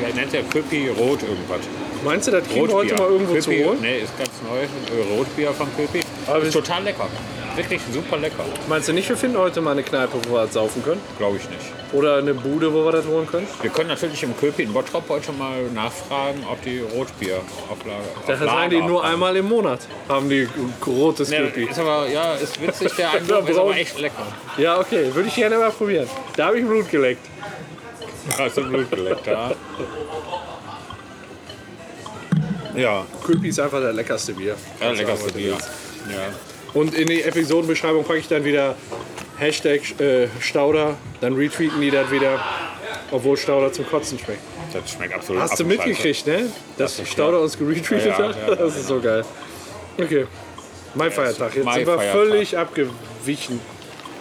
der nennt der Köpi Rot irgendwas.
Meinst du, das kriegen wir heute
Rotbier.
mal irgendwo
Köpi,
zu holen?
Nee, ist ganz neu. Äh, Rotbier von Köpi.
Aber
ist
ist-
total lecker. Wirklich super lecker.
Meinst du nicht, wir finden heute mal eine Kneipe, wo wir das saufen können?
Glaube ich nicht.
Oder eine Bude, wo wir das holen können?
Wir können natürlich im Köpi in Bottrop heute mal nachfragen, ob die Rotbier auf Lager
Da
auf Lager
sagen die nur
haben.
einmal im Monat, haben die rotes Köpi.
Nee, ist aber, *laughs* ja, ist witzig, der
Da
Eindruck ist
brauchen-
aber echt lecker.
Ja, okay, würde ich gerne mal probieren. Da habe ich Blut geleckt.
Hast du Blut geleckt, ja. Ja,
Köpi ist einfach der leckerste Bier.
ja leckerste Bier. Ja.
Und in die Episodenbeschreibung packe ich dann wieder Hashtag äh, Stauder, dann retweeten die das wieder, obwohl Stauder zum Kotzen schmeckt.
Das schmeckt absolut
Hast du
Apfelscheiße.
mitgekriegt, ne? Dass
Das ist
Stauder uns geretweetet
Ja, ja,
hat?
ja,
das ist so geil. Okay. Mein Feiertag. Jetzt
Mai
sind wir
Feiertag.
völlig abgewichen.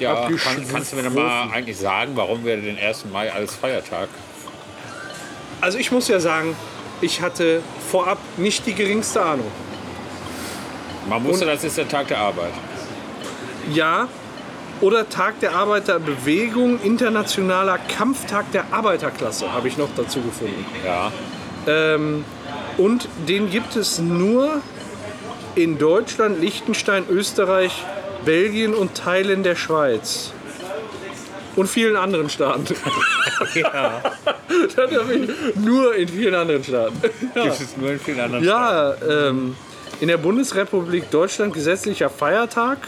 Ja, kann,
abgeschwuffen.
kannst du mir denn mal eigentlich sagen, warum wir den 1. Mai als Feiertag?
Also ich muss ja sagen, ich hatte vorab nicht die geringste Ahnung.
Man wusste, das ist der Tag der Arbeit.
Ja. Oder Tag der Arbeiterbewegung, internationaler Kampftag der Arbeiterklasse, habe ich noch dazu gefunden. Ähm,
Ja.
Und den gibt es nur in Deutschland, Liechtenstein, Österreich, Belgien und Teilen der Schweiz. Und vielen anderen Staaten. *laughs* Das habe ich nur in vielen anderen Staaten. Ja,
Gibt es nur in vielen anderen
ja ähm, in der Bundesrepublik Deutschland gesetzlicher Feiertag.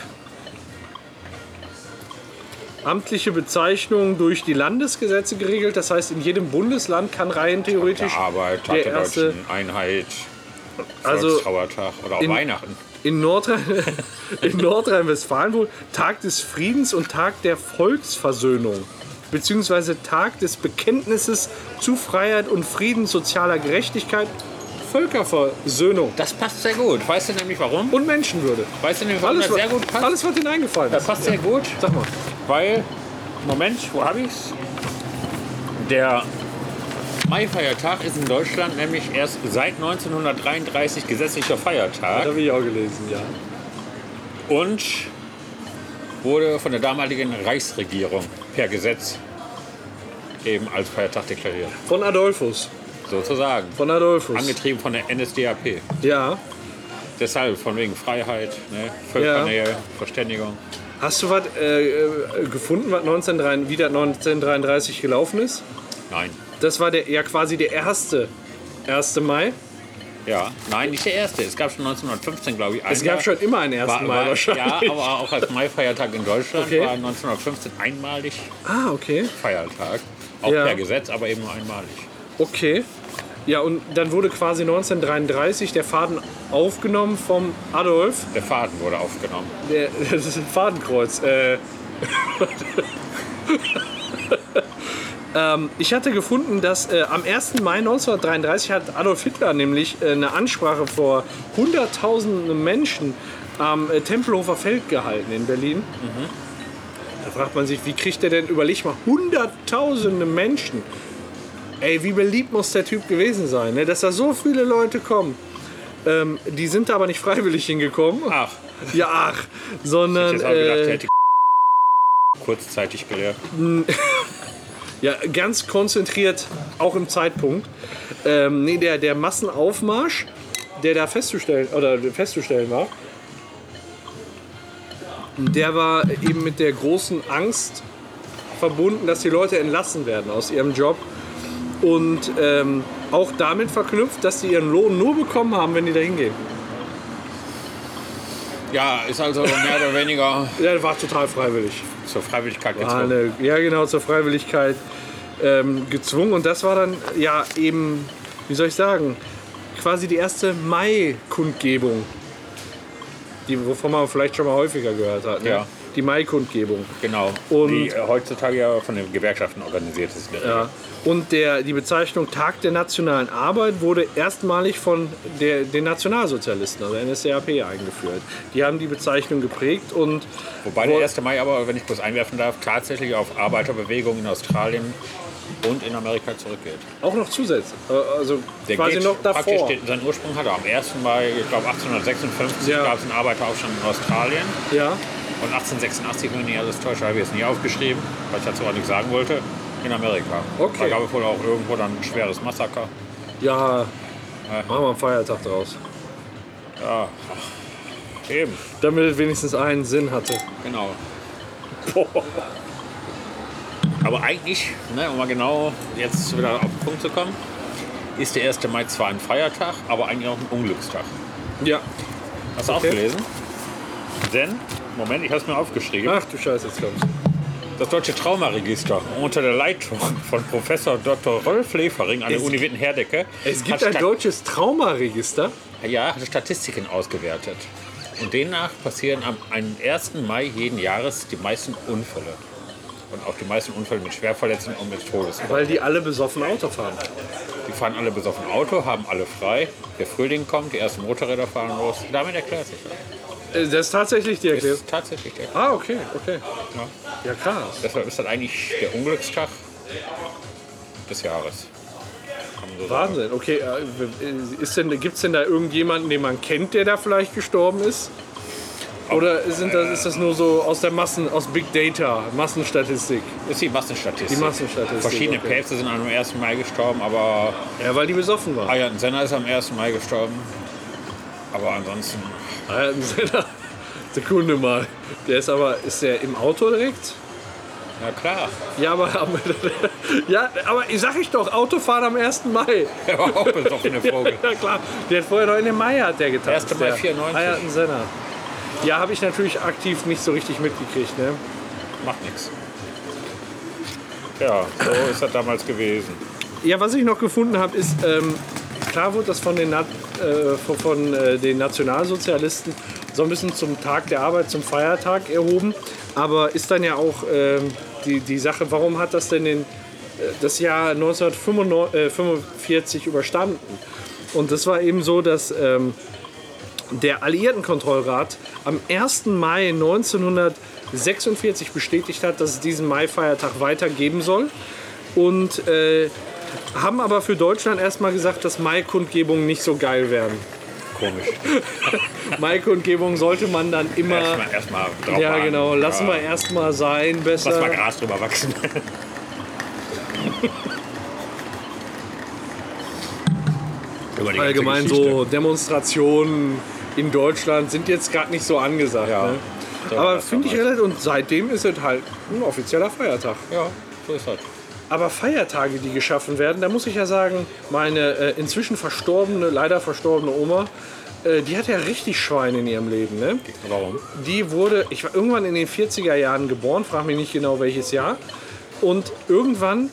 Amtliche Bezeichnung durch die Landesgesetze geregelt. Das heißt, in jedem Bundesland kann rein theoretisch
der Arbeit, Tag
der
der,
erste-
Deutschen Einheit,
also
Trauertag oder auch
in-
Weihnachten.
In, Nordrhein *laughs* in Nordrhein-Westfalen wohl Tag des Friedens und Tag der Volksversöhnung. Beziehungsweise Tag des Bekenntnisses zu Freiheit und Frieden, sozialer Gerechtigkeit, Völkerversöhnung
Das passt sehr gut. Weißt du nämlich warum?
und Menschenwürde.
Weißt du nämlich, warum
Alles,
das
was-
sehr gut passt?
alles was dir eingefallen
Das
ist.
passt sehr gut,
Sag mal.
weil, Moment, wo habe ich's? Der Maifeiertag ist in Deutschland nämlich erst seit 1933 gesetzlicher Feiertag.
habe ich auch gelesen, ja.
und wurde von der damaligen Reichsregierung per Gesetz eben als Feiertag deklariert.
Von Adolphus.
Sozusagen.
Von Adolphus.
Angetrieben von der NSDAP.
ja.
Deshalb, von wegen Freiheit, ne? Völkernähe, Verständigung.
Hast du was äh, äh, gefunden, was 1933, wie das 1933 gelaufen ist?
Nein.
Das war der, ja quasi der erste, 1. Mai.
Ja. Nein, nicht der erste. Es gab schon 1915, glaube ich.
Es gab schon immer einen 1.
war,
Mai
war,
wahrscheinlich.
Ja, aber auch als Maifeiertag in Deutschland
Okay.
war 1915 einmalig
Ah, okay.
Feiertag. Auch
Ja.
per Gesetz, aber eben nur einmalig.
Okay. Ja, und dann wurde quasi 1933 der Faden aufgenommen vom Adolf.
Der Faden wurde aufgenommen.
Der, das ist ein Fadenkreuz. Äh, *laughs* ähm, ich hatte gefunden, dass äh, am 1. Mai 1933 hat Adolf Hitler nämlich äh, eine Ansprache vor hunderttausenden Menschen am äh, Tempelhofer Feld gehalten in Berlin. Da fragt man sich, wie kriegt er denn, überleg mal, hunderttausende Menschen. Ey, wie beliebt muss der Typ gewesen sein, ne? dass da so viele Leute kommen. Ähm, die sind da aber nicht freiwillig hingekommen.
Ach,
Ja, ach, sondern.
Jetzt habe ich gedacht, der
äh,
hätte *laughs* kurzzeitig gelehrt.
ja, ganz konzentriert, auch im Zeitpunkt. Ähm, nee, der, der Massenaufmarsch, der da festzustellen, oder festzustellen war, Und der war eben mit der großen Angst verbunden, dass die Leute entlassen werden aus ihrem Job. Und ähm, auch damit verknüpft, dass sie ihren Lohn nur bekommen haben, wenn die da hingehen.
Ja, ist also mehr oder weniger
Ja, das war total freiwillig.
zur Freiwilligkeit
Ah,
gezwungen.
eine, ja, genau, zur Freiwilligkeit ähm, gezwungen. Und das war dann ja eben, wie soll ich sagen, quasi die erste Mai-Kundgebung, die, wovon man vielleicht schon mal häufiger gehört hat. Ne?
Ja.
Die Mai-Kundgebung.
Genau.
Und-
die äh, heutzutage ja von den Gewerkschaften organisiert ist.
Ja. Und der, die Bezeichnung Tag der nationalen Arbeit wurde erstmalig von der, den Nationalsozialisten, also NSDAP, eingeführt. Die haben die Bezeichnung geprägt und
Wobei der 1. Mai aber, wenn ich kurz einwerfen darf, tatsächlich auf Arbeiterbewegungen in Australien und in Amerika zurückgeht.
auch noch zusätzlich, äh, also quasi
geht
noch davor.
Praktisch den, seinen Ursprung hat er am 1. Mai, ich glaube 1856,
Ja.
gab es einen Arbeiteraufstand in Australien.
Ja.
Und 1886, wenn ich alles täusche, habe ich es nie aufgeschrieben, weil ich dazu auch nichts sagen wollte, in Amerika.
Okay.
Da gab es wohl auch irgendwo dann ein schweres Massaker.
Ja, machen wir einen Feiertag draus.
Eben,
Damit es wenigstens einen Sinn hatte.
genau. Aber eigentlich, ne, um mal genau jetzt wieder auf den Punkt zu kommen, ist der 1. Mai zwar ein Feiertag, aber eigentlich auch ein Unglückstag.
Ja.
Hast du auch gelesen? Denn, Moment, ich habe es mir aufgeschrieben.
Ach du Scheiße, jetzt kommt's.
Das Deutsche Traumaregister unter der Leitung von Professor Dr. Rolf Lefering an der
Es-
Uni Witten-Herdecke
Es
hat
gibt ein
Stat-
deutsches Traumaregister.
ja, hat Statistiken ausgewertet. Und demnach passieren am 1. Mai jeden Jahres die meisten Unfälle. Und auch die meisten Unfälle mit Schwerverletzten und mit Todes.
Weil die alle besoffen Auto fahren.
Die fahren alle besoffen Auto, haben alle frei. Der Frühling kommt, die ersten Motorräder fahren los. Damit erklärt sich das.
Äh, Das ist tatsächlich die
Das
Erklärung.
ist tatsächlich der.
Ah, okay, okay.
Ja.
Ja, krass.
Deshalb ist das eigentlich der Unglückstag des Jahres. Kann man so sagen.
Wahnsinn. Okay, äh, ist denn, gibt's denn da irgendjemanden, den man kennt, der da vielleicht gestorben ist? Oder sind das, ist das nur so aus der Massen, aus Big Data, Massenstatistik?
Das ist die Massenstatistik.
Die Massenstatistik,
Verschiedene
okay.
Päpste sind am 1. Mai gestorben, aber
Ja, weil die besoffen waren.
Ayrton Senna ist am 1. Mai gestorben. Aber ansonsten,
Ayrton Senna. Sekunde mal. Der ist aber, ist der im Auto direkt?
ja klar. *laughs*
Ja, aber, aber, ja, aber ich sag ich doch, Autofahren am 1. Mai.
Der war auch besoffene Vogel.
ja, klar. Der hat vorher noch in den Mai hat der getan.
1. Mai 94.
Ayrton Senna. Ja, habe ich natürlich aktiv nicht so richtig mitgekriegt. Ne?
Macht nichts. Ja, so ist das damals gewesen.
Ja, was ich noch gefunden habe, ist, ähm, klar wurde das von den, Na äh, von, von äh, den Nationalsozialisten so ein bisschen zum Tag der Arbeit, zum Feiertag erhoben. Aber ist dann ja auch ähm, die, die Sache, warum hat das denn den, äh, das Jahr 1945 überstanden? Und das war eben so, dass ähm, der Alliiertenkontrollrat am 1. Mai 1946 bestätigt hat, dass es diesen Mai-Feiertag weitergeben soll. Und äh, haben aber für Deutschland erstmal gesagt, dass Mai-Kundgebungen nicht so geil *laughs* werden.
Komisch.
Mai-Kundgebungen sollte man dann immer.
Erstmal erstmal drauf
Ja,
warten.
genau. Lassen
Ja,
wir erstmal sein,
Lass mal
besser.
Gras drüber *laughs* wachsen. Über die ganze
Allgemein
Geschichte.
so Demonstrationen in Deutschland sind jetzt gerade nicht so angesagt.
Ja.
Ne?
So war
Aber
das
finde ich
damals.
relativ. Und seitdem ist es halt ein offizieller Feiertag.
Ja, so ist das.
Aber Feiertage, die geschaffen werden, da muss ich ja sagen, meine äh, inzwischen verstorbene, leider verstorbene Oma, äh, die hat ja richtig Schwein in ihrem Leben. Ne?
Warum?
Die wurde, ich war irgendwann in den 40er Jahren geboren, frag mich nicht genau welches Jahr. Und irgendwann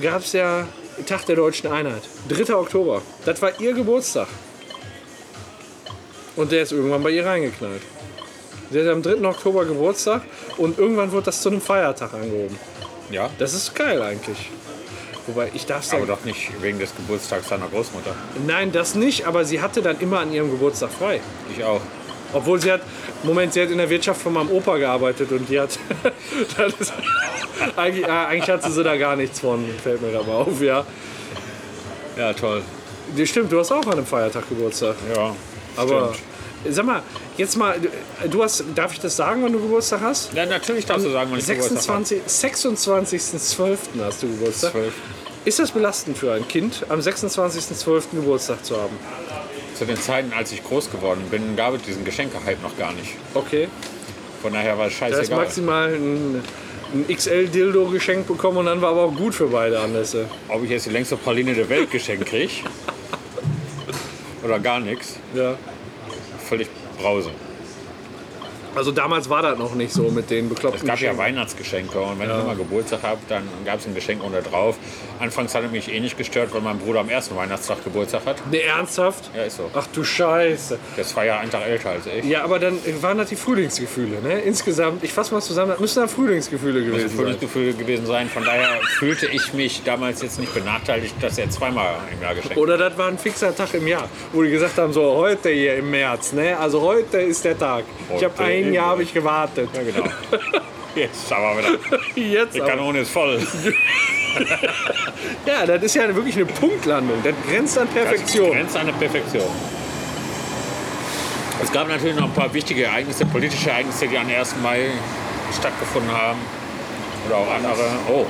gab es ja Tag der deutschen Einheit, 3. Oktober. Das war ihr Geburtstag. Und der ist irgendwann bei ihr reingeknallt. Sie hat am 3. Oktober Geburtstag und irgendwann wurde das zu einem Feiertag angehoben.
Ja,
Das ist geil eigentlich. Wobei ich darf
aber
sagen,
doch nicht wegen des Geburtstags seiner Großmutter.
nein, das nicht, aber sie hatte dann immer an ihrem Geburtstag frei.
Ich auch.
Obwohl sie hat, Moment, sie hat in der Wirtschaft von meinem Opa gearbeitet und die hat, *laughs* das ist, eigentlich, äh, eigentlich hatte sie da gar nichts von, fällt mir dabei auf, ja.
Ja, toll.
Die- Stimmt, du hast auch an einem Feiertag Geburtstag.
Ja,
Aber
stimmt.
sag mal, jetzt mal, du- du hast, darf ich das sagen, wann du Geburtstag hast?
Ja, natürlich darfst du sagen, wann ich Geburtstag habe.
26 26.12. hast du Geburtstag.
12.
Ist das belastend für ein Kind, am 26.12. Geburtstag zu haben?
Zu den Zeiten, als ich groß geworden bin, gab es diesen Geschenkehype noch gar nicht.
Okay.
Von daher war es
Da ist
scheißegal.
maximal ein, ein XL-Dildo geschenkt bekommen und dann war aber auch gut für beide Anlässe.
Ob ich jetzt die längste Praline der Welt geschenkt kriege
*laughs*
oder gar nichts,
Ja.
völlig brause.
Also damals war das noch nicht so mit den
Es
bekloppten
gab ja
Geschenken.
Weihnachtsgeschenke und wenn ich nochmal Geburtstag habe, dann gab es ein Geschenk unter drauf. Anfangs hat er mich eh nicht gestört, weil mein Bruder am ersten Weihnachtstag Geburtstag hat.
Nee, ernsthaft?
Ja, ist so.
Ach du Scheiße.
Das war ja ein Tag älter als ich.
Ja, aber dann waren das die Frühlingsgefühle, ne? Insgesamt, ich fasse mal zusammen, das müssen dann Frühlingsgefühle
Das
gewesen
würde das
sein.
Gefühl gewesen sein. Von daher fühlte ich mich damals jetzt nicht benachteiligt, dass er zweimal im Jahr geschenkt hat.
Oder das war ein fixer Tag im Jahr, wo die gesagt haben, so heute hier im März, ne? Also heute ist der Tag. ich habe
Heute
ein
im
Jahr hab
März.
ich gewartet.
Ja, genau. Jetzt aber wieder.
*laughs* Jetzt
Die
aber.
Kanone ist voll. Also
Ja, das ist ja wirklich eine Punktlandung. Das grenzt an
Das
Perfektion.
grenzt an der Perfektion. Es gab natürlich noch ein paar wichtige Ereignisse, politische Ereignisse, die am 1. Mai stattgefunden haben. Oder auch andere. Oh,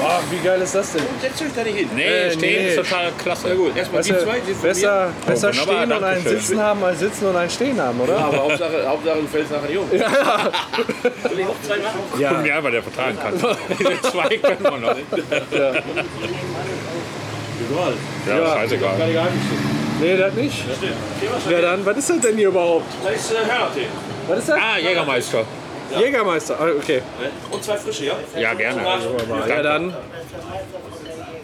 Oh, wie geil ist das denn?
Setzt euch da nicht hin.
nee,
Äh,
stehen
nee.
ist total klasse. Ja, gut, erstmal
Weißt du, besser
Oh,
besser
wunderbar,
stehen und einen
Dankeschön.
Sitzen haben, als sitzen und einen Stehen haben, oder?
Aber Hauptsache, Hauptsache du fällst nachher nicht
*laughs*
um.
Guck mir an, weil der vertragen
*laughs*
kann. Zwei können wir noch. Ja,
Ja.
scheißegal.
Nee, das nicht. Wer dann? Was ist das denn hier überhaupt?
Da ist äh, Hörnertee.
Was ist das?
Ah, Jägermeister.
Jägermeister. Ah, okay.
Und zwei frische, ja?
Ja, gerne.
Ja, dann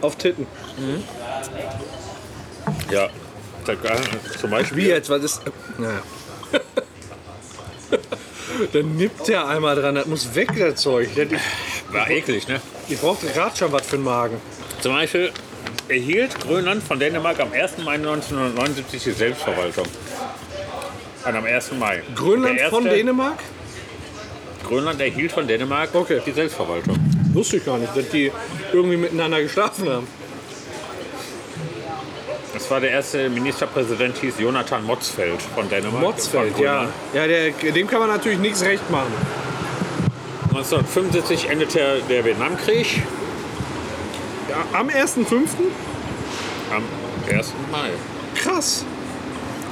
auf Titten.
Ja. Zum Beispiel.
Wie jetzt? Was ist. Naja. *laughs* Dann nippt der einmal dran. Das muss weg, das Zeug. Das- Ich,
War eklig, ne?
ich brauchte gerade schon was für den Magen.
Zum Beispiel erhielt Grönland von Dänemark am 1. Mai 1979 die Selbstverwaltung. Und am 1. Mai.
Grönland
Der erste-
von Dänemark?
Grönland erhielt von Dänemark
Okay.
die Selbstverwaltung.
Wusste ich gar nicht, dass die irgendwie miteinander geschlafen haben.
Das war der erste Ministerpräsident, hieß Jonathan Motzfeldt von Dänemark.
Motzfeld,
Von
ja.
Grönland.
Ja, der, dem kann man natürlich nichts recht machen.
1975 endete der Vietnamkrieg
Ja, am 1.5.
am 1. Mai.
Krass.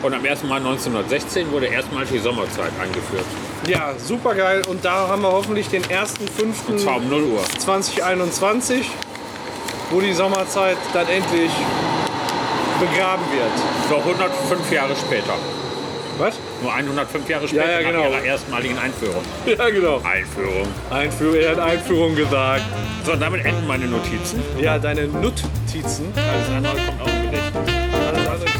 Und am 1. Mai 1916 wurde erstmals die Sommerzeit eingeführt.
Ja, super geil. Und da haben wir hoffentlich den 1.5.
Und zwar um 0 Uhr.
2021, wo die Sommerzeit dann endlich begraben wird.
So 105 Jahre später.
Was?
Nur 105 Jahre später
ja, genau.
nach ihrer erstmaligen Einführung.
Ja, genau.
Einführung.
Einführung, er hat Einführung gesagt.
So, damit enden meine Notizen.
Ja, deine Nuttizen.
Alles andere kommt aus dem Gedächtnis.
Alles andere-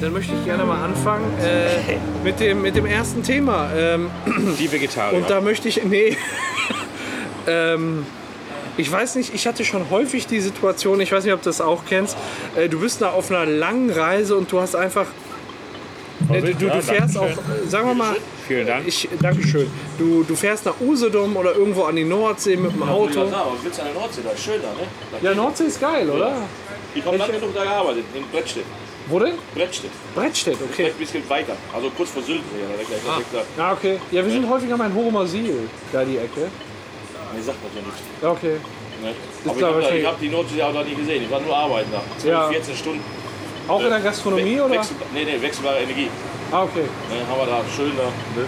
Dann möchte ich gerne mal anfangen äh, mit, dem, mit dem ersten Thema. Ähm,
Die Vegetarier.
und da möchte ich. Nee. *laughs* ähm, ich weiß nicht, ich hatte schon häufig die Situation, ich weiß nicht, ob du das auch kennst. Äh, du bist da auf einer langen Reise und du hast einfach. Äh, du, du,
Ja,
du fährst auch,
Dankeschön.
sagen wir mal,
Vielen Dank.
ich, Dankeschön. Du, du fährst nach Usedom oder irgendwo an die Nordsee mit dem
Ja,
Auto.
klar, aber willst du an der Nordsee? Da ist schön da, ne? Da-
Ja, Nordsee ist geil, oder?
Ich habe lange genug da gearbeitet, in Brettstedt.
Wo denn?
Brettstedt.
Brettstedt, okay.
Vielleicht ein bisschen weiter, also kurz vor Sylt. Ja, da gleich ah. da.
Ja, okay. Ja, wir sind häufiger mal in Horumasil, da die Ecke.
Nee, sagt man so nicht.
Ja, okay.
Ne?
Ist
Aber ich
klar,
habe da,
verstehe.
ich hab die Nordsee auch noch nie gesehen. Ich war nur arbeiten da. 12,
Ja.
14 Stunden.
Auch in der
We-
Gastronomie, oder?
Wechsel, nee, nee, wechselbare Energie.
Ah, okay.
Ne? Haben wir da schön da. Ne?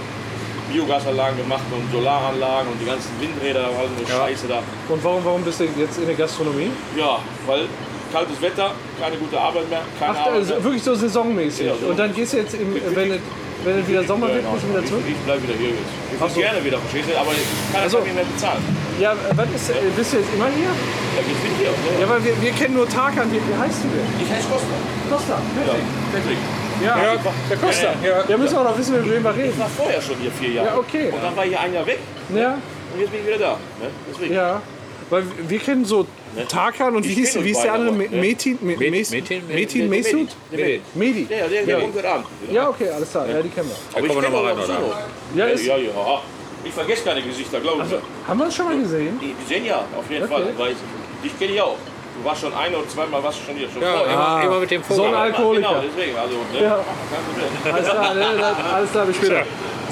Biogasanlagen gemacht und Solaranlagen und die ganzen Windräder und all so eine Scheiße da.
Und warum, warum bist du jetzt in der Gastronomie?
Ja, weil kaltes Wetter, keine gute Arbeit mehr, keine
Ach,
Arbeit
also
mehr.
wirklich so saisonmäßig.
Genau. Ja, so.
Und dann gehst du jetzt, im, wenn, es, wenn es wieder Sommer wird,
Genau.
musst du wieder
Ich-
zurück?
Ich bleib wieder hier. jetzt. Ich
Ach
würde
so.
gerne wieder, verstehst du? Aber ich kann das
so.
so. nicht mehr bezahlen.
Ja, äh, was ist, äh, bist du jetzt immer hier?
Ja, ich bin hier. Ne?
Ja, weil wir, wir kennen nur Tarkan. Wie, wie heißt du denn?
Ich heiße Costa.
Costa.
Ja,
perfekt.
deswegen.
Ja, ja, der Costa. Ja, ja müssen wir noch wissen, mit wem wir
Ich
reden.
war vorher schon hier vier Jahre.
Ja, okay.
Und dann war ich ein Jahr weg
Ja,
und jetzt bin ich wieder da. Ne? Deswegen.
ja. Weil wir kennen so Tarkan und wie
Ne? Ich
hieß,
kenn
wie
uns
hieß der
beide,
andere?
aber, ne?
Metin, Me-
Met-
Mes-
Metin?
Metin,
Metin.
Mesut?
Medi.
Medi.
Ja, ja, der, der kommt an.
Ja, okay, alles klar. Ja, die kennen wir.
Da kommen wir
kenn
nochmal rein,
auch noch
oder?
Solo.
Ja, ist,
Ja, ja. Ich vergesse keine Gesichter, glaube ich.
haben wir uns schon mal gesehen?
Die, die sehen ja, auf jeden
Okay.
Fall. Weil ich, dich kenne ich auch. Du warst schon ein- oder zweimal warst du schon hier. Schon
Ja,
vorher.
immer, immer mit dem
So ein
Vogel.
Alkoholiker.
Genau, deswegen. Also, ne?
Ja.
Kein Problem.
Alles *laughs* klar, ne? Das- alles klar, bis später.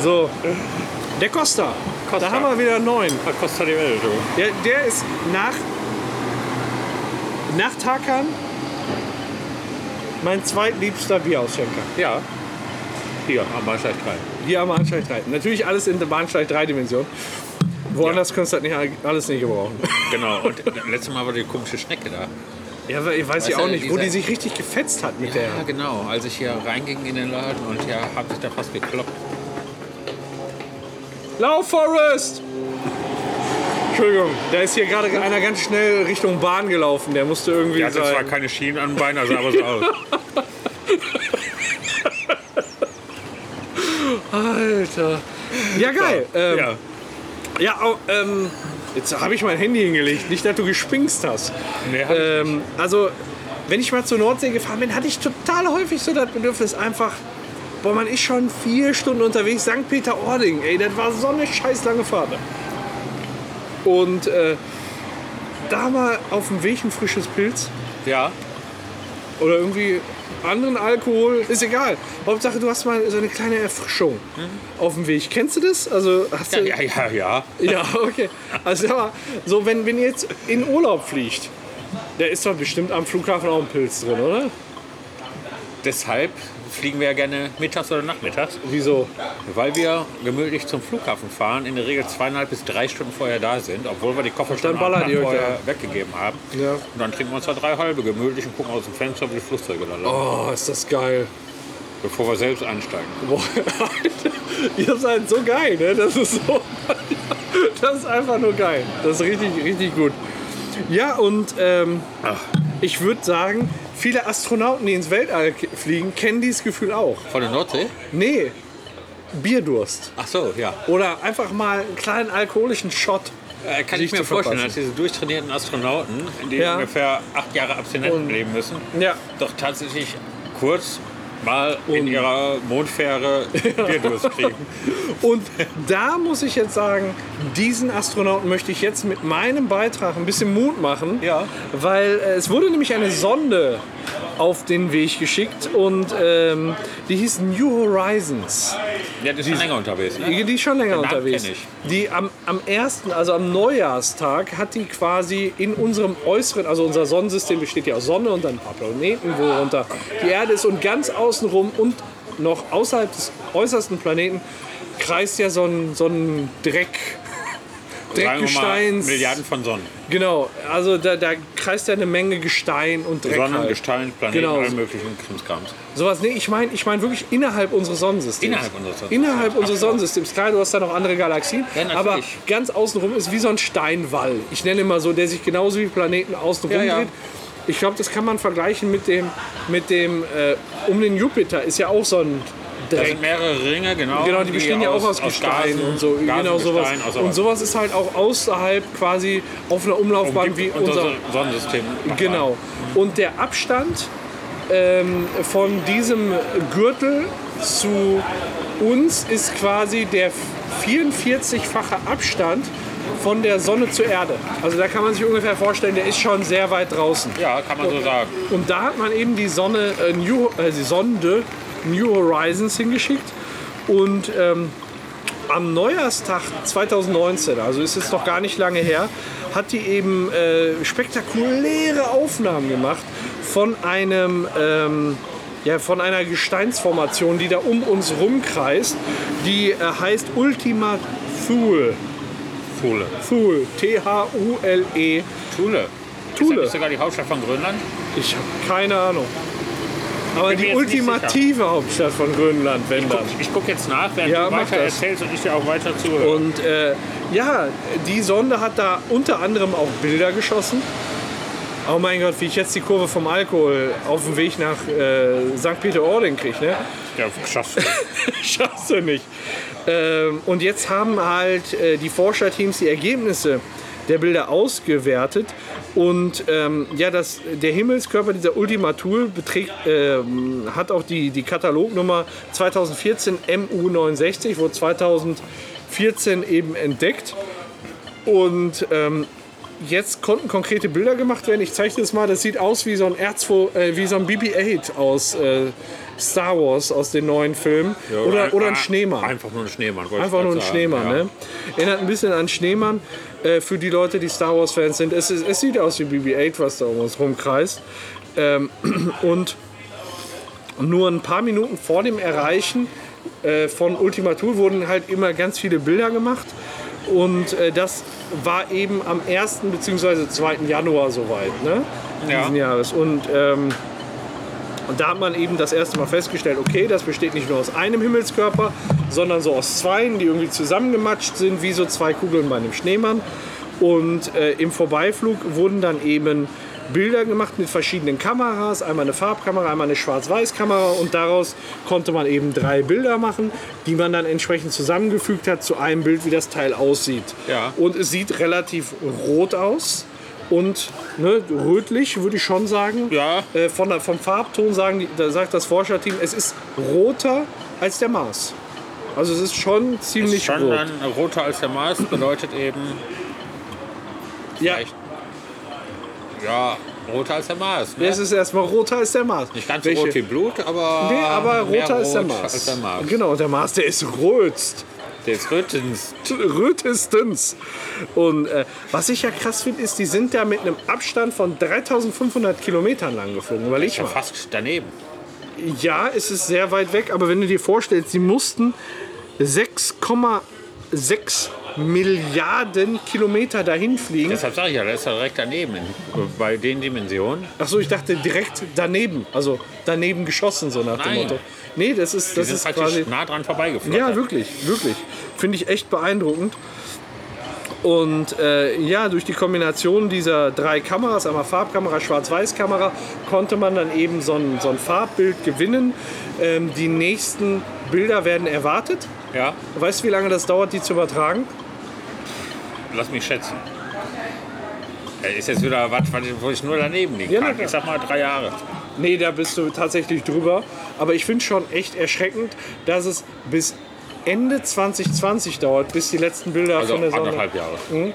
So, der Costa. Da haben wir wieder einen neuen.
Was kostet die Welt? du?
Der, der ist nach, nach Tarkan mein zweitliebster Bierausschenker.
Ja. Hier, am Bahnsteig 3.
Bier am Bahnsteig 3. Natürlich alles in der Bahnsteig 3-Dimension. Woanders kannst du das nicht, alles nicht gebrauchen.
Genau. Und *laughs* letztes Mal war die komische Schnecke da.
Ja, weil ich weiß ja
du,
auch nicht, wo
diese-
die sich richtig gefetzt hat mit
Ja, genau. Als ich hier reinging in den Laden und ja, hab ich da fast gekloppt.
der. Lauf, Forrest! Entschuldigung, da ist hier gerade einer ganz schnell Richtung Bahn gelaufen. Der musste irgendwie
Der hatte zwar
sein.
keine Schienen an dem Bein, also aber *laughs* so aus.
Alter. Ja, geil. Ähm,
Ja.
Ja, au- ähm, jetzt habe ich mein Handy hingelegt. Nicht, dass du gespingst hast.
Nee, hab ich
Ähm, also, wenn ich mal zur Nordsee gefahren bin, hatte ich total häufig so das Bedürfnis einfach, boah, man ist schon vier Stunden unterwegs. St. Peter-Ording, ey, das war so eine scheiß lange Fahrt. Und äh, da mal auf dem Weg ein frisches Pilz
ja.
oder irgendwie anderen Alkohol, ist egal. Hauptsache, du hast mal so eine kleine Erfrischung auf dem Weg. Kennst du das? Also, hast du,
Mhm. Ja, ja, ja, ja.
ja, okay. Also sag mal, so wenn, wenn ihr jetzt in Urlaub fliegt, da ist doch bestimmt am Flughafen auch ein Pilz drin, oder?
Deshalb fliegen wir ja gerne mittags oder nachmittags,
Wieso?
weil wir gemütlich zum Flughafen fahren, in der Regel zweieinhalb bis drei Stunden vorher da sind, obwohl wir die Koffer schon
dann
am
ballert
Tag
ihr euch
vorher weggegeben haben.
Ja.
Und dann trinken wir uns da drei halbe gemütlich und gucken aus dem Fenster, wie die Flugzeuge da landen,
Oh, ist das geil.
bevor wir selbst einsteigen.
Boah, *laughs* Alter, ihr seid so geil, ne? Das ist so. *laughs* Das ist einfach nur geil. Das ist richtig, richtig gut. Ja, und ähm, ich würde sagen, viele Astronauten, die ins Weltall ke- fliegen, kennen dieses Gefühl auch.
Von der Nordsee?
Nee, Bierdurst.
Ach so, ja.
Oder einfach mal einen kleinen alkoholischen Shot.
Äh, kann
sich
ich mir
zu
vorstellen,
verpassen.
dass diese durchtrainierten Astronauten, die
Ja.
ungefähr acht Jahre abstinent leben müssen,
Ja.
doch tatsächlich kurz mal in ihrer *laughs* Mondfähre Bierdurst kriegen.
Und da muss ich jetzt sagen, diesen Astronauten möchte ich jetzt mit meinem Beitrag ein bisschen Mut machen.
Ja.
Weil äh, es wurde nämlich eine Sonde auf den Weg geschickt und ähm, die hieß New Horizons.
Ja, das ist schon länger unterwegs. Ne?
Die, die ist schon länger
Den Namen
unterwegs.
kenn
Die am, am ersten, also am Neujahrstag, hat die quasi in unserem äußeren, also unser Sonnensystem besteht ja aus Sonne und dann ein paar Planeten, worunter die Erde ist und ganz außenrum und noch außerhalb des äußersten Planeten kreist ja so ein, so ein Dreck.
Sagen wir mal,
Dreckgesteins.
Milliarden von Sonnen.
Genau, also da, da kreist ja eine Menge Gestein und Dreck.
Sonnen,
Halt.
Gestein, Planeten,
Genau.
allen möglichen Krimskrams.
Sowas, nee, ich meine ich mein wirklich innerhalb unseres Sonnensystems.
Innerhalb unseres Sonnensystems.
Innerhalb unseres
Ach so.
Sonnensystems. Klar, du hast da noch andere Galaxien,
Ja, natürlich.
aber ganz außenrum ist wie so ein Steinwall. Ich nenne mal so, der sich genauso wie Planeten außenrum
Ja, ja.
dreht. Ich glaube, das kann man vergleichen mit dem, mit dem äh, um den Jupiter ist ja auch so ein
Da
Dreck.
sind mehrere Ringe, genau.
Genau, die bestehen ja auch aus, Gestein
Gasen,
und so.
Gasen,
genau sowas.
Gestein, aus
und sowas ist halt auch außerhalb quasi auf einer Umlaufbahn
Umgibt
wie
unser,
unser
Sonnensystem. nochmal.
Genau. Und der Abstand ähm, von diesem Gürtel zu uns ist quasi der 44-fache Abstand von der Sonne zur Erde. Also da kann man sich ungefähr vorstellen, der ist schon sehr weit draußen.
Ja, kann man so sagen.
Und da hat man eben die Sonne, äh, New, äh, die Sonde New Horizons hingeschickt. Und ähm, am Neujahrstag 2019, also ist jetzt noch gar nicht lange her, hat die eben äh, spektakuläre Aufnahmen gemacht von einem ähm, ja, von einer Gesteinsformation, die da um uns rumkreist, die äh, heißt Ultima Thule.
Thule.
Thule, T-H-U-L-E.
Thule. Ist
Thule.
das nicht sogar die Hauptstadt von Grönland?
Ich habe keine Ahnung. Aber
Bin mir
die
jetzt nicht
ultimative Hauptstadt von Grönland, wenn dann.
Guck, ich gucke jetzt nach, während
Ja,
du
mach
weiter
das.
erzählst und ich dir auch weiter zuhöre.
Und äh, ja, die Sonde hat da unter anderem auch Bilder geschossen. Oh mein Gott, wie ich jetzt die Kurve vom Alkohol auf dem Weg nach äh, St. Peter-Ording kriege, ne? *laughs*
Ja, schaffst du.
Schaffst du nicht. Ähm, und jetzt haben halt äh, die Forscherteams die Ergebnisse der Bilder ausgewertet. Und ähm, ja, das, der Himmelskörper dieser Ultimatur beträgt, ähm, hat auch die, die Katalognummer 2014 MU69, wurde 2014 eben entdeckt. Und ähm, jetzt konnten konkrete Bilder gemacht werden. Ich zeichne es mal, das sieht aus wie so ein R2, äh, wie so ein BB-8 aus äh, Star Wars, aus den neuen Filmen. oder, oder ein Schneemann.
Einfach nur ein Schneemann. wollte ich
Einfach
grad
nur ein
sagen,
Schneemann,
ja.
ne? Erinnert ein bisschen an Schneemann. Äh, für die Leute, die Star Wars-Fans sind, es, ist, es sieht aus wie BB-8, was da um uns rumkreist. Ähm, *clears throat* und nur ein paar Minuten vor dem Erreichen äh, von Ultimatur wurden halt immer ganz viele Bilder gemacht. Und äh, das war eben am 1. bzw. 2. Januar soweit, ne?
Ja.
Diesen Jahres. Und ähm, und da hat man eben das erste Mal festgestellt, okay, das besteht nicht nur aus einem Himmelskörper, sondern so aus zweien, die irgendwie zusammengematscht sind, wie so zwei Kugeln bei einem Schneemann. Und äh, im Vorbeiflug wurden dann eben Bilder gemacht mit verschiedenen Kameras, einmal eine Farbkamera, einmal eine Schwarz-Weiß-Kamera und daraus konnte man eben drei Bilder machen, die man dann entsprechend zusammengefügt hat zu einem Bild, wie das Teil aussieht.
Ja.
Und es sieht relativ rot aus und ne, rötlich, würde ich schon sagen.
Ja.
Äh, von der, vom Farbton sagen, die- da sagt das Forscherteam, es ist roter als der Mars. Also es ist schon ziemlich
Ist schon
rot.
dann roter als der Mars bedeutet eben
ja,
vielleicht. Ja, roter als der Mars. Ne?
es ist erstmal roter als der Mars.
Nicht ganz so rot
Welche-
wie Blut, aber.
Nee, aber
mehr
roter als der
rot
Mars.
Als der Mars.
Genau, der Mars, der ist rötst.
Des Rötens.
Rötestens. Und äh, was ich ja krass finde, ist, die sind da mit einem Abstand von 3500 Kilometern lang geflogen. Überleg
Ja,
mal.
fast daneben.
Ja, es ist sehr weit weg, aber wenn du dir vorstellst, sie mussten 6,6 Milliarden Kilometer dahin fliegen.
Deshalb sage ich ja, das ist ja direkt daneben. In, bei den Dimensionen.
Achso, ich dachte direkt daneben, also daneben geschossen, so nach dem
Nein.
Motto. Nee, das ist, das
Das ist
ist
praktisch
quasi.
nah dran vorbeigeflogen.
Ja, wirklich, wirklich. Finde ich echt beeindruckend. Und äh, ja, durch die Kombination dieser drei Kameras, einmal Farbkamera, Schwarz-Weiß-Kamera, konnte man dann eben so ein, so ein Farbbild gewinnen. Ähm, die nächsten Bilder werden erwartet.
ja,
Weißt du, wie lange das dauert, die zu übertragen?
lass mich schätzen. Äh, Ist jetzt wieder was, was ich- wo ich nur daneben liegen
Ja, na
kann.
klar.
Ich sag mal drei Jahre.
Nee, da bist du tatsächlich drüber. Aber ich finde schon echt erschreckend, dass es bis Ende 2020 dauert, bis die letzten Bilder
Also
von der Sonne.
anderthalb Jahre.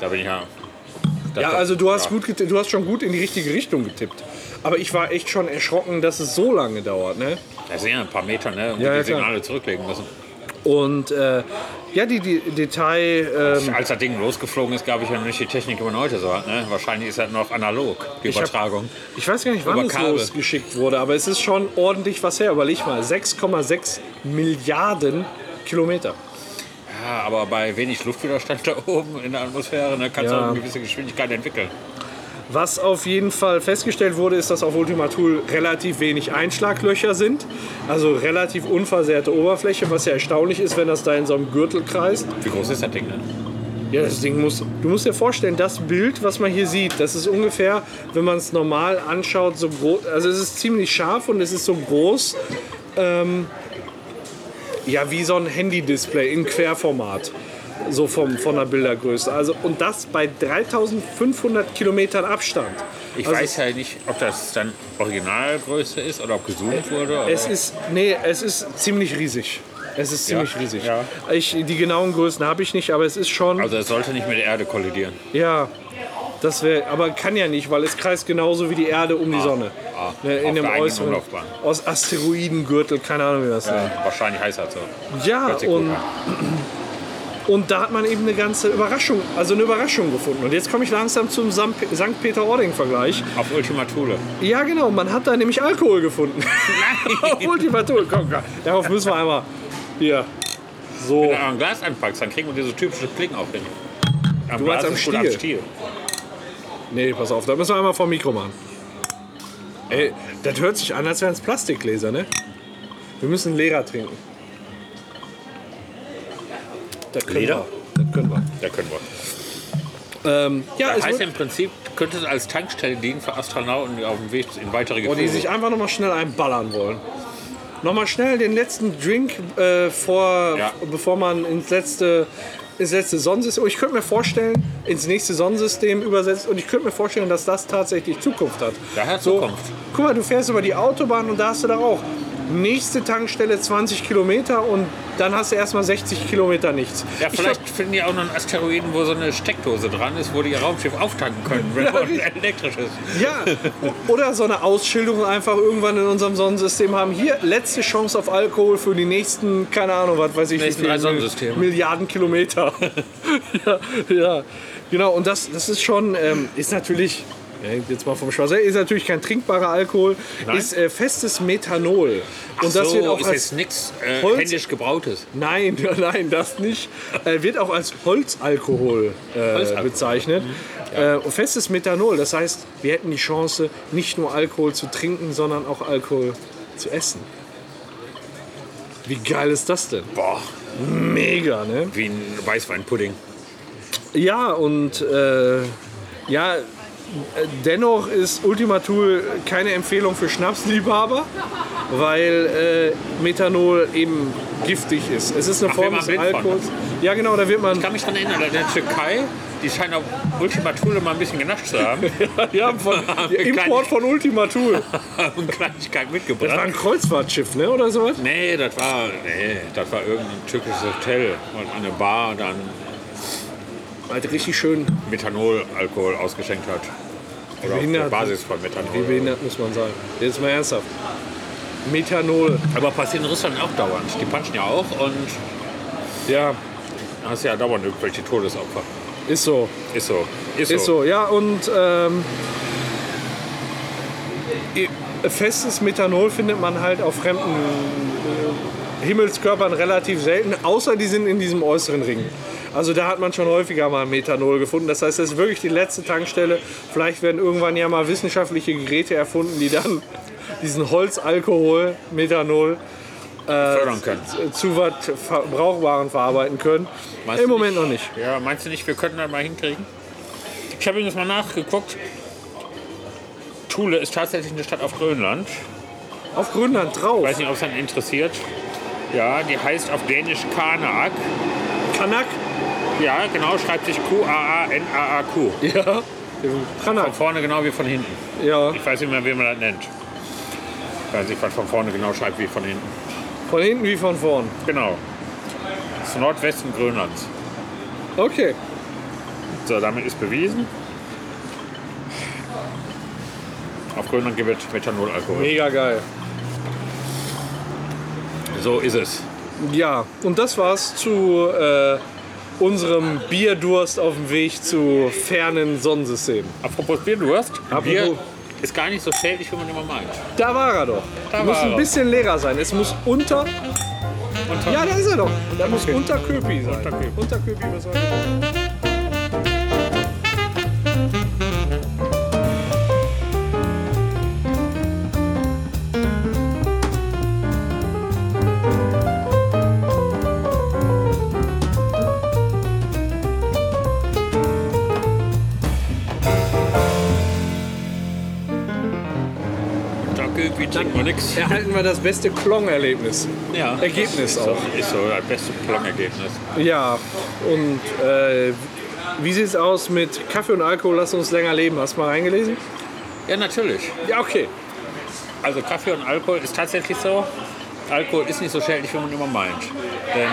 Da bin ich ja. Das-
Mhm. Ja,
das-
also du hast,
ja.
gut geti- du hast schon gut in die richtige Richtung getippt. Aber ich war echt schon erschrocken, dass es so lange dauert. Ne?
Das sind ja ein paar Meter, ne? Und
Ja,
die
ja, klar.
Signale zurücklegen müssen.
Und äh, ja, die, die Detail. Ähm,
Als das Ding losgeflogen ist, glaube ich ja noch nicht die Technik, die man heute so hat. Ne? Wahrscheinlich ist das noch analog, die
hab-
Übertragung.
ich weiß gar nicht, wann
Über
es
Kabel.
losgeschickt wurde, aber es ist schon ordentlich was her. Überleg mal, 6,6 Milliarden Kilometer.
Ja, aber bei wenig Luftwiderstand *laughs* da oben in der Atmosphäre ne, kannst du
Ja.
auch eine gewisse Geschwindigkeit entwickeln.
Was auf jeden Fall festgestellt wurde, ist, dass auf Ultima Thule relativ wenig Einschlaglöcher sind. Also relativ unversehrte Oberfläche, was ja erstaunlich ist, wenn das da in so einem Gürtel kreist.
Wie groß ist das Ding ne? denn?
Ja, das Ding muss. Du musst dir vorstellen, das Bild, was man hier sieht, das ist ungefähr, wenn man es normal anschaut, so groß. Also es ist ziemlich scharf und es ist so groß. Ähm, ja, wie so ein Handy-Display in Querformat. So vom, von der Bildergröße. Also, und das bei 3500 Kilometern Abstand.
Ich
Also-
weiß ja nicht, ob das dann Originalgröße ist oder ob
Äh,
gezoomt wurde. Oder
Es ist, nee, es ist ziemlich riesig. Es ist ziemlich
Ja,
riesig.
ja.
Ich, die genauen Größen habe ich nicht, aber es ist schon,
also es sollte nicht mit der Erde kollidieren.
ja, das wäre, aber kann ja nicht, weil es kreist genauso wie die Erde um die Sonne.
ah,
Ne,
auf
in dem
der eigenen
äußeren,
Umlaufbahn.
aus Asteroidengürtel, keine Ahnung wie das nennt.
Wahrscheinlich heißt das so.
Ja,
Hört sich gut
und,
an.
und da hat man eben eine ganze Überraschung, also eine Überraschung gefunden. Und jetzt komme ich langsam zum Sam- St. Peter-Ording-Vergleich.
Auf Ultima
*laughs*
Thule.
Ja, genau, man hat da nämlich Alkohol gefunden. *laughs* Auf Ultima Thule, komm, komm. Darauf müssen wir einmal. Hier. So.
Wenn du ein Glas anpackst, dann kriegen wir diese typische Klicken auch hin. Am
Du meinst am
ist gut,
Stiel.
am Stiel.
Nee, pass auf, da müssen wir einmal vom Mikro machen. Ey, das hört sich an, als wären es Plastikgläser, ne? Wir müssen Leder trinken. Das können
Leder?
wir. Das können wir.
Da können wir.
Ähm, ja,
Das
es
heißt
wird,
im Prinzip, könnte es als Tankstelle dienen für Astronauten die auf dem Weg in weitere
oh,
Gefilde.
die sich einfach nochmal schnell einballern wollen. Nochmal schnell den letzten Drink, äh, vor,
Ja.
bevor man ins letzte, ins letzte Sonnensystem, ich könnte mir vorstellen, ins nächste Sonnensystem übersetzt und ich könnte mir vorstellen, dass das tatsächlich Zukunft hat.
Da hat Zukunft.
Guck mal, du fährst über die Autobahn und da hast du da auch. Nächste Tankstelle 20 Kilometer und dann hast du erstmal 60 Kilometer nichts.
Ja,
Ich
vielleicht finden die auch noch einen Asteroiden, wo so eine Steckdose dran ist, wo die ihr Raumschiff auftanken können, wenn man ein elektrisches.
Ja, o- oder so eine Ausschilderung einfach irgendwann in unserem Sonnensystem haben. Hier, letzte Chance auf Alkohol für die nächsten, keine Ahnung, was weiß ich,
Nächsten drei Sonnensysteme.
Milliarden
*laughs*
Kilometer. ja, ja, genau. Und das, das ist schon, ähm, ist natürlich, äh, jetzt mal vom Spaß, her, ist natürlich kein trinkbarer Alkohol, ist äh, festes Methanol. Und das
so,
wird auch
ist
als,
jetzt nichts äh,
Holz-
händisch gebrautes.
Nein, *laughs* nein, das nicht. Äh, wird auch als Holzalkohol, äh, bezeichnet. Äh, und festes Methanol. Das heißt, wir hätten die Chance, nicht nur Alkohol zu trinken, sondern auch Alkohol zu essen. Wie geil ist das denn?
Boah,
Mega, ne?
wie ein Weißweinpudding.
Ja, und äh, ja, äh, dennoch ist Ultimatul keine Empfehlung für Schnapsliebhaber, weil äh, Methanol eben giftig ist. Es ist eine
Ach,
Form
wird man
des
blind von,
Alkohols. Ja, genau, da wird man.
Ich kann mich daran erinnern, in der Türkei, die scheinen auf Ultimatule mal ein bisschen genascht zu
*laughs*
haben. *laughs*
Ja, von, der Import von Ultimatul.
und Kleinigkeit
Das war
mitgebracht.
ein Kreuzfahrtschiff, ne? Oder sowas?
Nee, das war, nee, das war irgendein türkisches Hotel und eine Bar und dann
Halt richtig schön
Methanol-Alkohol ausgeschenkt hat. Oder auf der
Behindert.
Basis von
Wie
Methanol.
behindert muss man sein. Jetzt mal ernsthaft. Methanol.
Aber passiert in Russland auch dauernd. Die punchen ja auch und
Ja,
hast ja dauernd irgendwelche Todesopfer.
ist so.
Ist so. Ist so.
Ist so, ja, und ähm, i- festes Methanol findet man halt auf fremden äh, Himmelskörpern relativ selten, außer die sind in diesem äußeren Ring. Also da hat man schon häufiger mal Methanol gefunden. Das heißt, das ist wirklich die letzte Tankstelle. Vielleicht werden irgendwann ja mal wissenschaftliche Geräte erfunden, die dann *laughs* diesen Holzalkohol, Methanol,
Fördern können.
äh, zu was ver- Brauchbaren verarbeiten können.
Meinst
Im
du
Moment noch nicht.
Ja, meinst du nicht, wir könnten das mal hinkriegen? Ich habe übrigens mal nachgeguckt. Thule ist tatsächlich eine Stadt auf Grönland.
Auf Grönland drauf.
Ich weiß nicht, ob es einen interessiert. Ja, die heißt auf Dänisch Karnak.
Kanak.
Ja, genau, schreibt sich Q-A-A-N-A-A-Q.
Ja. Kanak.
Von vorne genau wie von hinten.
Ja,
Ich weiß nicht mehr, wie man das nennt. Ich weiß nicht, was von vorne genau schreibt wie von hinten.
von hinten wie von vorn.
Genau. Das ist Nordwesten Grönlands.
Okay.
So, damit ist bewiesen. Auf Grönland gibt es Methanolalkohol.
Mega geil.
So ist es.
Ja, und das war's zu äh, unserem Bierdurst auf dem Weg zu fernen Sonnensystemen.
Apropos Bierdurst.
Apropos-
Bier ist gar nicht so schädlich, wie man immer meint.
Da war er doch.
Da
muss
war er
ein
doch.
bisschen leerer sein. Es muss unter. Ja, da ist er doch. Da muss unter Köpi sein.
Unter Köpi.
Unter Köpi, was soll das?
Jacke, wie trinkt man nix.
Erhalten wir das beste Klong-Erlebnis.
Ja.
Ergebnis
ist
auch.
So, ist so das beste Plong-Ergebnis.
Ja, und äh, wie sieht's aus mit Kaffee und Alkohol? Lass uns länger leben. Hast du mal reingelesen?
Ja, natürlich.
Ja, okay.
Also Kaffee und Alkohol ist tatsächlich so. Alkohol ist nicht so schädlich, wie man immer meint. Denn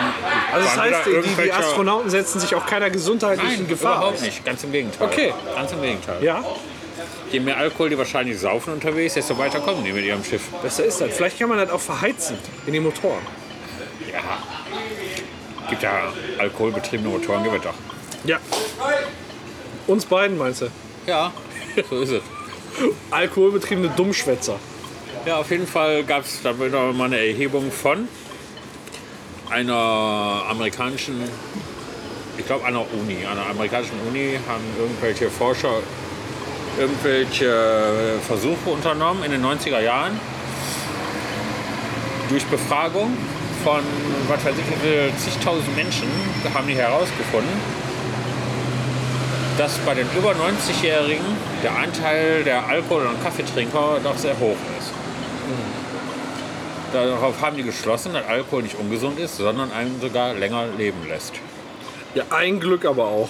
Also das
waren wieder
heißt, die, die- die
irgendwelche-
Astronauten setzen sich auch keiner gesundheitlichen
Nein,
Gefahr
überhaupt
aus.
nicht. Ganz im Gegenteil.
Okay.
Ganz im Gegenteil.
Ja,
Je mehr Alkohol die wahrscheinlich saufen unterwegs, desto weiter kommen die mit ihrem Schiff.
besser ist das. Vielleicht kann man das auch verheizen in den Motoren.
Ja. Gibt ja alkoholbetriebene Motoren, gibt es doch.
Ja. Uns beiden meinst du?
Ja, so ist es.
Alkoholbetriebene Dummschwätzer.
Ja, auf jeden Fall gab es da wieder mal eine Erhebung von einer amerikanischen, ich glaube einer Uni, einer amerikanischen Uni haben irgendwelche Forscher irgendwelche äh, Versuche unternommen in den 90er Jahren durch Befragung von was weiß ich, wie viel, zigtausend Menschen haben die herausgefunden, dass bei den über 90-Jährigen der Anteil der Alkohol- und Kaffeetrinker doch sehr hoch ist. Darauf haben die geschlossen, dass Alkohol nicht ungesund ist, sondern einen sogar länger leben lässt.
Ja, ein Glück aber auch.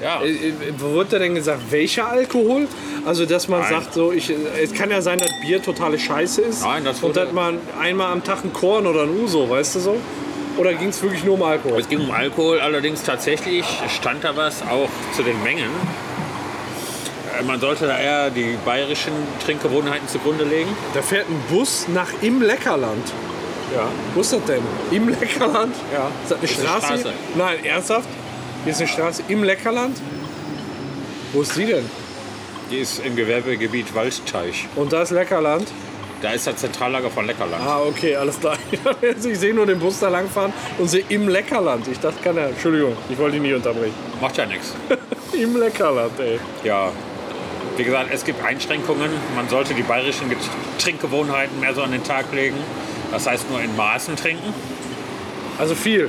Ja,
Äh, äh, Wo wird da denn gesagt, welcher Alkohol? Also, dass man
Nein.
sagt, so, ich, äh, es kann ja sein, dass Bier totale Scheiße ist.
Nein, das
Und
wurde-
dass man einmal am Tag ein Korn oder ein Uso, weißt du so? Oder ging es wirklich nur um Alkohol?
Es ging um Alkohol, allerdings tatsächlich stand da was auch zu den Mengen. Äh, Man sollte da eher die bayerischen Trinkgewohnheiten zugrunde legen.
Da fährt ein Bus nach Im Leckerland.
Ja.
Wo ist das denn? Im Leckerland? Ja. Ist das eine
eine
Straße?
Straße.
Nein, ernsthaft? Hier ist eine Straße im Leckerland? Wo ist die denn?
Die ist im Gewerbegebiet Waldteich.
Und da ist Leckerland?
Da ist das Zentrallager von Leckerland.
Ah, okay, alles klar. *laughs* Ich sehe nur den Bus da langfahren und sehe im Leckerland. Ich dachte, kann er. Entschuldigung, ich wollte ihn nicht unterbrechen.
Macht ja nichts.
Im Leckerland, ey.
Ja. Wie gesagt, es gibt Einschränkungen. Man sollte die bayerischen Get- Trinkgewohnheiten mehr so an den Tag legen. Das heißt nur in Maßen trinken.
Also viel.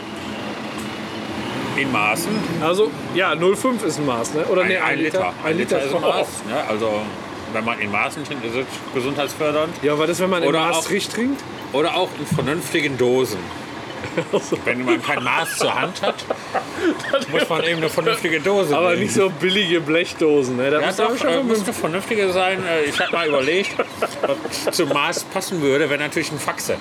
In Maßen.
Also, ja, 0,5 ist ein Maß, ne? Oder nee, ein, Liter.
Ein, Liter, ist ein Maß. Ne? Also wenn man in Maßen trinkt, ist es gesundheitsfördernd.
Ja, aber das, wenn man
Oder
im
auch-
Maastricht trinkt?
Oder auch in vernünftigen
*laughs*
Dosen. Wenn man kein Maß zur Hand hat, muss man eben eine vernünftige Dose
Aber
nehmen.
nicht so billige Blechdosen, ne? Da
Ja,
muss man
doch,
schon
äh,
fünf-
müsste vernünftiger sein. Äh, Ich habe mal überlegt, was zum Maß passen würde, wäre natürlich ein Faxe.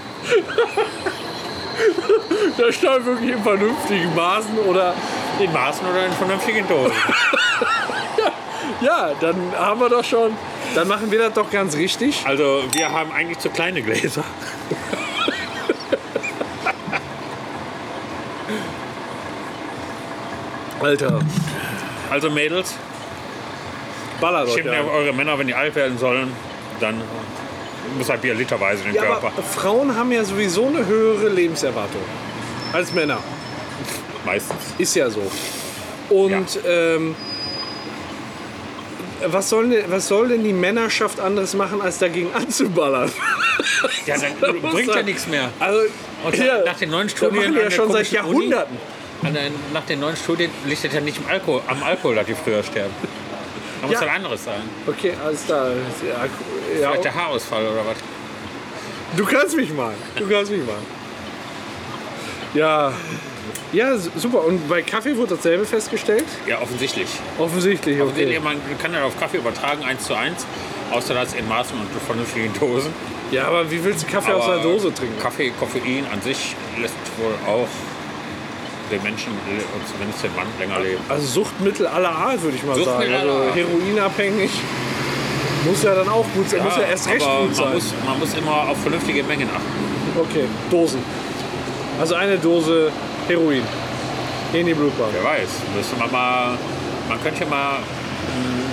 Da stand wirklich in vernünftigen Maßen oder.
In Maßen oder in vernünftigen Dosen.
Ja, dann haben wir doch schon. Dann machen wir das doch ganz richtig.
Also wir haben eigentlich zu kleine Gläser.
Alter,
Also Mädels,
ballert euch.
schämt ihr
Oh, Ja.
eure Männer, wenn die alt werden sollen, dann muss halt Bier literweise in den
ja,
Körper.
aber Frauen haben ja sowieso eine höhere Lebenserwartung als Männer.
Meistens.
Ist ja so. Und ähm, was, soll denn, was soll denn die Männerschaft anderes machen, als dagegen anzuballern?
Ja, dann
Da *laughs* muss
bringt ja
man-
nichts mehr.
Also,
Und
ja,
nach den neuen
das
Studien
machen
an
die ja
der
schon seit
komischen Uni-
Jahrhunderten.
An der- Nach den neuen Studien liegt das ja nicht im Alkohol, am Alkohol, dass die früher sterben. Da muss
Ja. oh.
ja. ein anderes sein.
Okay, alles da. Ja,
Vielleicht
ja,
der Haarausfall oder was.
du kannst mich mal. Du kannst mich mal. Ja. Ja, su- super. Und bei Kaffee wurde dasselbe festgestellt?
Ja, offensichtlich.
Offensichtlich. Okay.
Okay. Man kann das auf Kaffee übertragen, eins zu eins. Außer das in Maßen und vernünftigen Dosen.
Ja, aber wie willst du Kaffee aus
Aber
einer Dose trinken?
Kaffee, Koffein an sich lässt wohl auch den Menschen, le- und zumindest den Mann, länger leben.
Also Suchtmittel aller Art, würde ich mal sagen.
Suchtmittel aller
Also
Art.
heroinabhängig. Muss ja dann auch gut sein. muss ja erst recht
Ah, aber
gut
man
sein.
muss, man muss immer auf vernünftige Mengen achten.
okay, Dosen. Also eine Dose Heroin. In die Blutbahn.
Wer weiß, müsste man mal, man könnte mal mh,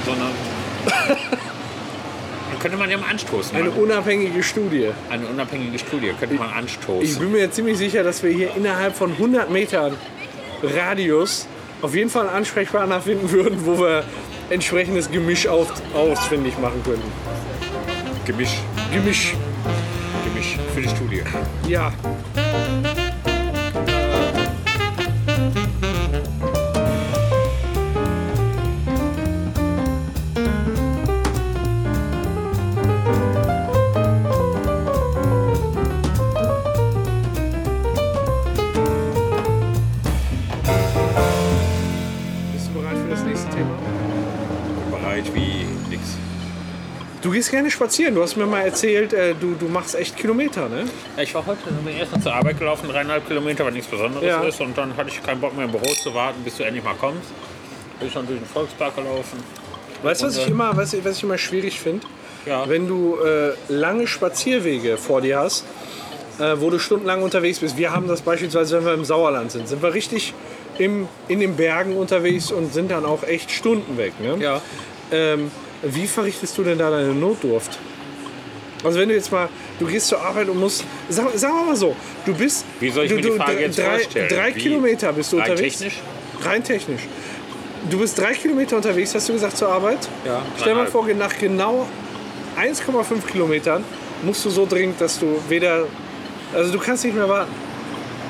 so *coughs* eine, dann könnte man ja mal anstoßen.
Eine
Eine,
unabhängige Studie.
eine unabhängige Studie könnte man
Ich
anstoßen.
bin mir ziemlich sicher, dass wir hier innerhalb von 100 Metern Radius auf jeden Fall einen Ansprechpartner finden würden, wo wir entsprechendes Gemisch auf, ausfindig machen könnten.
Gemisch,
Gemisch,
Gemisch für die Studie.
ja. Bist du bereit für das nächste Thema?
Bereit wie nix.
Du gehst gerne spazieren. Du hast mir mal erzählt, äh, du, du machst echt Kilometer, ne?
Ja, Ich war heute bin erst noch zur Arbeit gelaufen, dreieinhalb Kilometer, weil nichts Besonderes
Ja.
ist. Und dann hatte ich keinen Bock mehr im Büro zu warten, bis du endlich mal kommst. Bin ich dann durch den Volkspark gelaufen.
Weißt du, was ich immer, was, was ich immer schwierig finde?
äh, Ja.
Wenn du äh, lange Spazierwege vor dir hast, äh, wo du stundenlang unterwegs bist. Wir haben das beispielsweise, wenn wir im Sauerland sind, sind wir richtig im, in den Bergen unterwegs und sind dann auch echt Stunden weg. Ne?
Ja.
Ähm, wie verrichtest du denn da deine Notdurft? Also wenn du jetzt mal, du gehst zur Arbeit und musst, sag, sagen wir mal so, du bist,
Wie soll ich
du,
mir die
du-
Frage
drei,
jetzt vorstellen?
Drei
Wie?
Kilometer bist du
Rein
unterwegs.
technisch?
Rein technisch. Du bist drei Kilometer unterwegs, hast du gesagt, zur Arbeit?
Ja.
Stell dir mal
Dreieinhalb.
vor, nach genau 1,5 Kilometern musst du so dringend, dass du weder, also du kannst nicht mehr warten.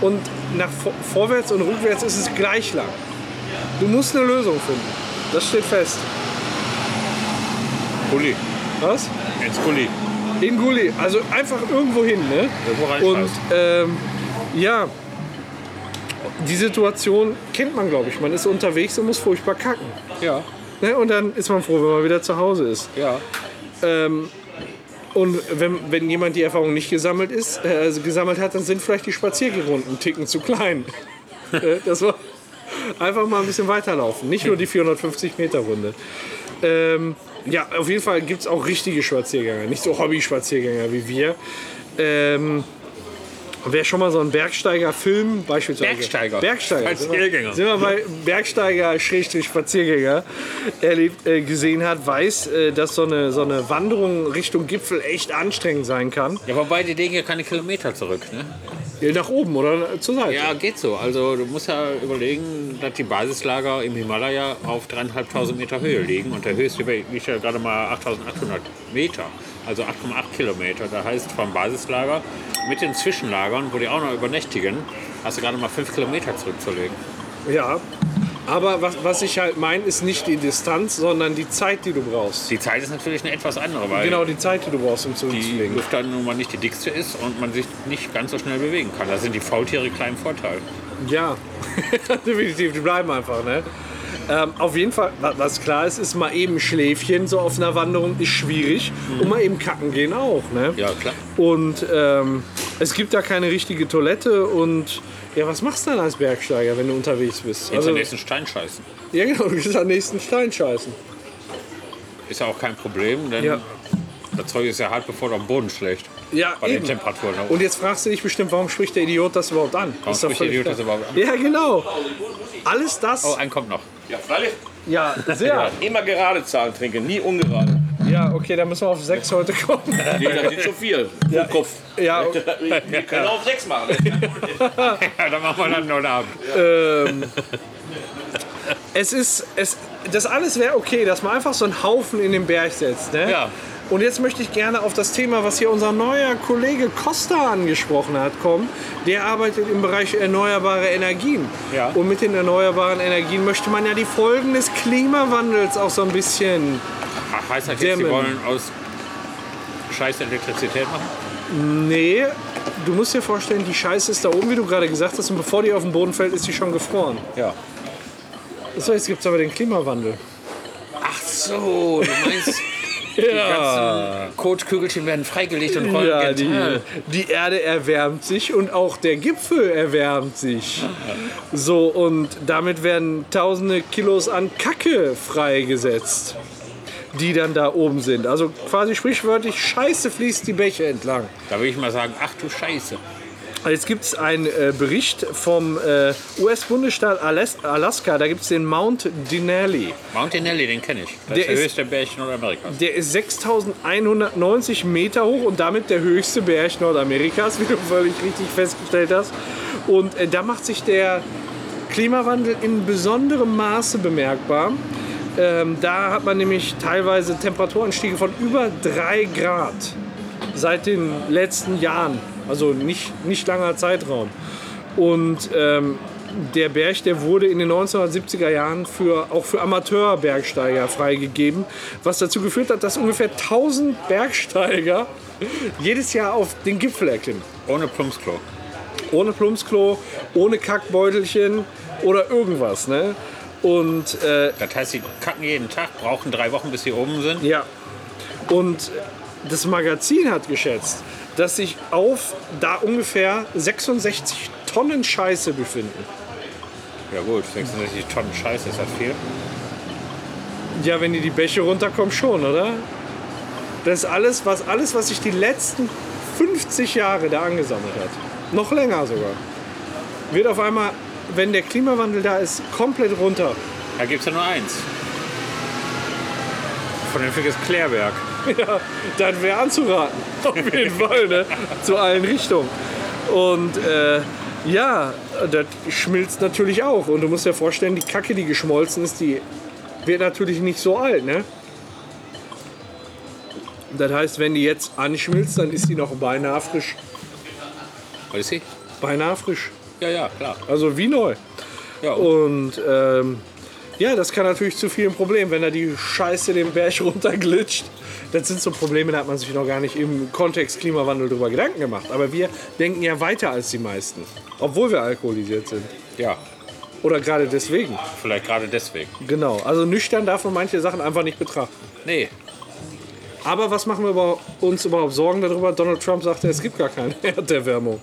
Und nach vor, vorwärts und rückwärts ist es gleich lang. Du musst eine Lösung finden. Das steht fest.
Pulli.
Was?
Ins Pulli.
In Gulli. Also einfach irgendwo hin, ne?
Irgendwo reinschmeißen.
Und ähm, ja, die Situation kennt man, glaube ich. Man ist unterwegs und muss furchtbar kacken.
Ja,
Ne? Und dann ist man froh, wenn man wieder zu Hause ist.
ja.
Ähm, Und wenn, wenn jemand die Erfahrung nicht gesammelt, ist, äh, also gesammelt hat, dann sind vielleicht die Spaziergerunden einen Ticken zu klein. Äh, das war einfach mal ein bisschen weiterlaufen. Nicht nur die 450-Meter-Runde. Ähm, ja, auf jeden Fall gibt es auch richtige Spaziergänger, nicht so Hobby-Spaziergänger wie wir. Ähm, wer schon mal so einen Bergsteiger-Film beispielsweise.
Bergsteiger.
Bergsteiger.
Spaziergänger.
Sind wir bei Bergsteiger, Schrägstrich Spaziergänger erlebt, äh, gesehen hat, weiß, äh, dass so eine, so eine Wanderung Richtung Gipfel echt anstrengend sein kann.
Ja, wobei die legen ja keine Kilometer zurück, ne?
Ja, nach oben oder zur Seite.
Ja, geht so. Also du musst ja überlegen, dass die Basislager im Himalaya auf 3.500 Meter Höhe liegen und der höchste liegt ja gerade mal 8.800 Meter, also 8,8 Kilometer. Das heißt, vom Basislager mit den Zwischenlagern, wo die auch noch übernächtigen, hast du gerade mal 5 Kilometer zurückzulegen.
Ja. Aber was, was ich halt meine, ist nicht die Distanz, sondern die Zeit, die du brauchst.
Die Zeit ist natürlich eine etwas andere, weil
Genau die Zeit, die du brauchst, um zu
die
legen.
Luft dann nun mal nicht die dickste ist und man sich nicht ganz so schnell bewegen kann. Da sind die Faultiere kleinen Vorteil.
Ja, *laughs* definitiv, die bleiben einfach, ne? Ähm, auf jeden Fall, wa- was klar ist, ist mal eben Schläfchen so auf einer Wanderung ist schwierig und mal eben kacken gehen auch, ne?
Mhm. Ja, klar.
Und ähm, es gibt da keine richtige Toilette und ja, was machst du dann als Bergsteiger, wenn du unterwegs bist?
Jetzt
Also,
am nächsten Stein scheißen.
ja genau, du gehst am nächsten Stein scheißen.
Ist ja auch kein Problem, denn
Ja.
das Zeug ist ja hart bevor du am Boden schlägt.
Ja,
Bei
eben.
den Temperaturen.
Und jetzt fragst du dich bestimmt, warum spricht der Idiot das überhaupt an?
Warum
doch
spricht der
völlig
Idiot das
klar.
überhaupt an?
Ja, genau. Alles das,
oh, ein kommt noch. *laughs*
Ja, freilich.
ja, sehr.
Immer gerade Zahlen trinken, nie ungerade.
Ja, okay, dann müssen wir auf sechs heute kommen.
*laughs*
Nee, das ist zu viel. Im Kopf.
Ja,
Wir können auch auf sechs machen.
Ja, dann machen wir dann noch einen Abend.
ähm, es ist, es, das alles wäre okay, dass man einfach so einen Haufen in den Berg setzt. Ne?
Ja.
Und jetzt möchte ich gerne auf das Thema, was hier unser neuer Kollege Costa angesprochen hat, kommen. Der arbeitet im Bereich erneuerbare Energien.
Ja.
Und mit den erneuerbaren Energien möchte man ja die Folgen des Klimawandels auch so ein bisschen.
Ach, heißt das jetzt,
Dämmen.
Sie wollen aus Scheiß Elektrizität machen?
Nee, du musst dir vorstellen, die Scheiße ist da oben, wie du gerade gesagt hast, und bevor die auf den Boden fällt, ist die schon gefroren.
Ja.
So, jetzt gibt es aber den Klimawandel.
Ach so, du *laughs* meinst, die ganzen Kotkügelchen werden freigelegt und rollen Ah.
Ja,
gen
die,
Tal.
Ah. die Erde erwärmt sich und auch der Gipfel erwärmt sich. So, und damit werden tausende Kilos an Kacke freigesetzt, die dann da oben sind. Also quasi sprichwörtlich, Scheiße fließt die Bäche entlang.
Da würde ich mal sagen, ach du Scheiße.
Jetzt gibt es einen äh, Bericht vom äh, US-Bundesstaat Alas Alaska, da gibt es den Mount Denali.
Mount Denelli, den kenne ich. Das
Der
ist der
ist-
höchste Berg Nordamerikas.
Der ist 6190 Meter hoch und damit der höchste Berg Nordamerikas, *laughs* wie du völlig richtig festgestellt hast. Und äh, da macht sich der Klimawandel in besonderem Maße bemerkbar. Ähm, da hat man nämlich teilweise Temperaturanstiege von über 3 Grad seit den letzten Jahren, also nicht, nicht langer Zeitraum. Und ähm, der Berg, der wurde in den 1970er Jahren für, auch für Amateurbergsteiger freigegeben, was dazu geführt hat, dass ungefähr 1000 Bergsteiger *laughs* jedes Jahr auf den Gipfel erklimmen.
Ohne Plumpsklo.
Ohne Plumpsklo, ohne Kackbeutelchen oder irgendwas. Ne? Und äh,
Das heißt, sie kacken jeden Tag, brauchen drei Wochen, bis sie oben sind.
Ja. Und das Magazin hat geschätzt, dass sich auf da ungefähr 66 Tonnen Scheiße befinden.
Ja gut, 66 Tonnen Scheiße, ist das viel?
Ja, wenn die die Bäche runterkommen, schon, oder? Das ist alles, was, alles, was sich die letzten 50 Jahre da angesammelt hat. Noch länger sogar. Wird auf einmal, wenn der Klimawandel da ist, komplett runter.
Da gibt es ja nur eins. Vernünftiges Klärwerk.
Ja, dann wäre anzuraten. *laughs* Auf jeden Fall, ne? Zu allen Richtungen. Und äh, ja, das schmilzt natürlich auch. Und du musst dir vorstellen, die Kacke, die geschmolzen ist, die wird natürlich nicht so alt, ne? Das heißt, wenn die jetzt anschmilzt, dann ist die noch beinahe frisch.
Weiß ich?
Beinahe frisch.
Ja, ja, klar.
Also wie neu.
Ja,
Und ähm, ja, das kann natürlich zu vielen Problemen, wenn da die Scheiße den Berg *laughs* runterglitscht. Das sind so Probleme, da hat man sich noch gar nicht im Kontext Klimawandel drüber Gedanken gemacht. Aber wir denken ja weiter als die meisten, obwohl wir alkoholisiert sind.
ja.
Oder gerade deswegen.
Vielleicht gerade deswegen.
Genau. Also nüchtern darf man manche Sachen einfach nicht betrachten.
Nee.
Aber was machen wir über uns überhaupt Sorgen darüber? Donald Trump sagte, es gibt gar keine *laughs* Erderwärmung.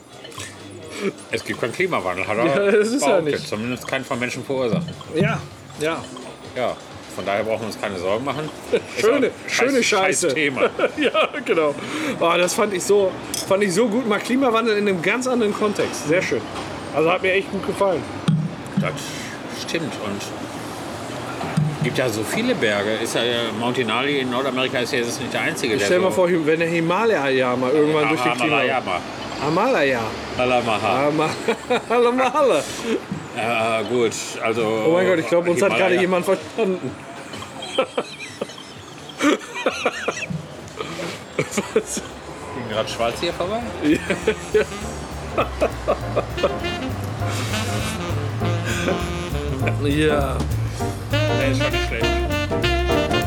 Es gibt keinen Klimawandel, hat er
Ja, das ist ja
behauptet.
nicht.
Zumindest keinen von Menschen verursacht.
Ja, ja.
Ja, von daher brauchen wir uns keine Sorgen
*laughs*
machen. Ist
Schöne-
auch ein
schöne Scheiße.
Scheiß Thema.
*laughs* ja, genau. Oh, das fand ich, so, fand ich so gut. Mal Klimawandel in einem ganz anderen Kontext. Sehr schön. Also hat mir echt gut gefallen.
Das stimmt und gibt ja so viele Berge. Ist ja äh, Mount Denali in Nordamerika ist ja jetzt nicht der Ah, einzige.
Ich stell dir mal vor, wenn der Himalaya mal irgendwann durch den Klimawandel...
Klima.
Himalaya.
Alamaha.
*laughs* Himalaya.
Äh, gut, also.
Oh mein Gott, ich glaube, uns hat
Himalaya.
gerade jemand verstanden. Was?
Ging gerade schwarz hier vorbei?
Ja.
Der ist schon nicht schlecht.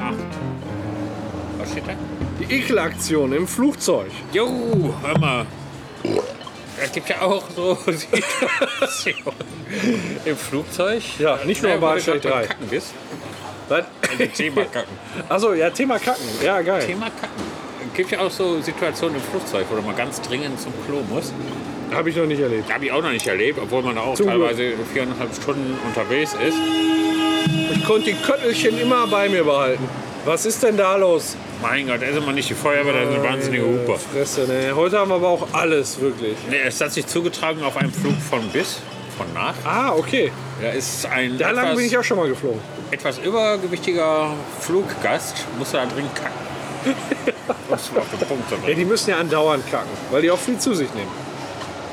Acht. Was steht da?
Die Ekelaktion im Flugzeug.
Jo, hör mal. Es gibt ja auch so *laughs* Situationen im Flugzeug.
Ja, nicht nur
Ja,
bei
wo du
Schild
gerade beim
3.
Kacken bist.
Was? *laughs*
Thema Kacken.
Achso, ja, Thema Kacken. Ja, geil.
Thema Kacken. Es gibt ja auch so Situationen im Flugzeug, wo du mal ganz dringend zum Klo musst.
Habe ich noch nicht erlebt.
Habe ich auch noch nicht erlebt, obwohl man da auch
Zum Glück.
teilweise viereinhalb Stunden unterwegs ist.
Ich konnte die Köttelchen immer bei mir behalten. Was ist denn da los?
Mein Gott, da ist immer nicht die Feuerwehr, da ist eine wahnsinnige Hupe.
Fresse, ne? Heute haben wir aber auch alles, wirklich.
Nee, es hat sich zugetragen auf einem Flug von bis, von nach.
Ah, okay.
Da ist ein
Da lang
etwas-
bin ich auch schon mal geflogen.
etwas übergewichtiger Fluggast muss da drin kacken. *laughs* Um es auf den Punkt zu
Ja,
bringen.
die müssen ja andauernd kacken, weil die auch viel zu sich nehmen.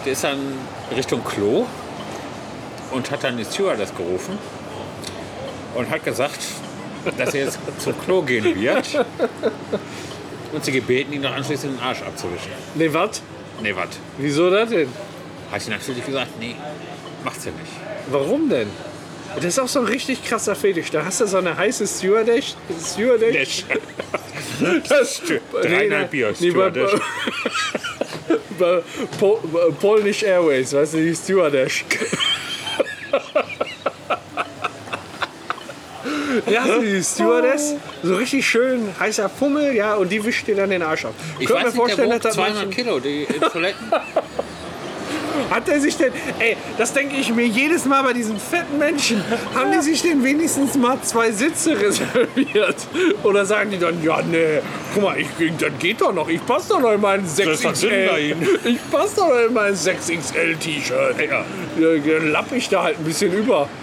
Der ist dann Richtung Klo und hat dann die Stewardess gerufen und hat gesagt, dass er jetzt zum Klo gehen wird und sie gebeten, ihn noch anschließend den Arsch abzuwischen.
Ne, was?
Nee, was?
Wieso das denn?
Hat sie natürlich gesagt, nee, macht sie nicht.
Warum denn? Das ist auch so ein richtig krasser Fetisch. Da hast du so eine heiße Stewardess. Stewardess.
*laughs*
Das
Dreieinhalb Bier,
nee, bei,
Stewardess.
bei Pol, bei Polnisch Airways, weißt du, die Stewardess. *laughs* Ja, hast du die Stewardess, so richtig schön heißer Pummel, ja, und die wischt dir dann den Arsch ab.
Ich
Könnt
weiß
mir
nicht, vorstellen,
vorstellen,
der
dass
wog
das
200
manchen,
Kilo, die Toiletten.
Hat er sich denn. Ey, das denke ich mir jedes Mal bei diesen fetten Menschen. Haben die sich denn wenigstens mal zwei Sitze reserviert? Oder sagen die dann, ja, nee, guck mal, ich, das geht doch noch. Ich passe doch noch in meinen
was Sinn
6XL. Ich passe doch noch in meinen 6XL-T-Shirt. Ja. Dann lapp ich da halt ein bisschen über.
*laughs*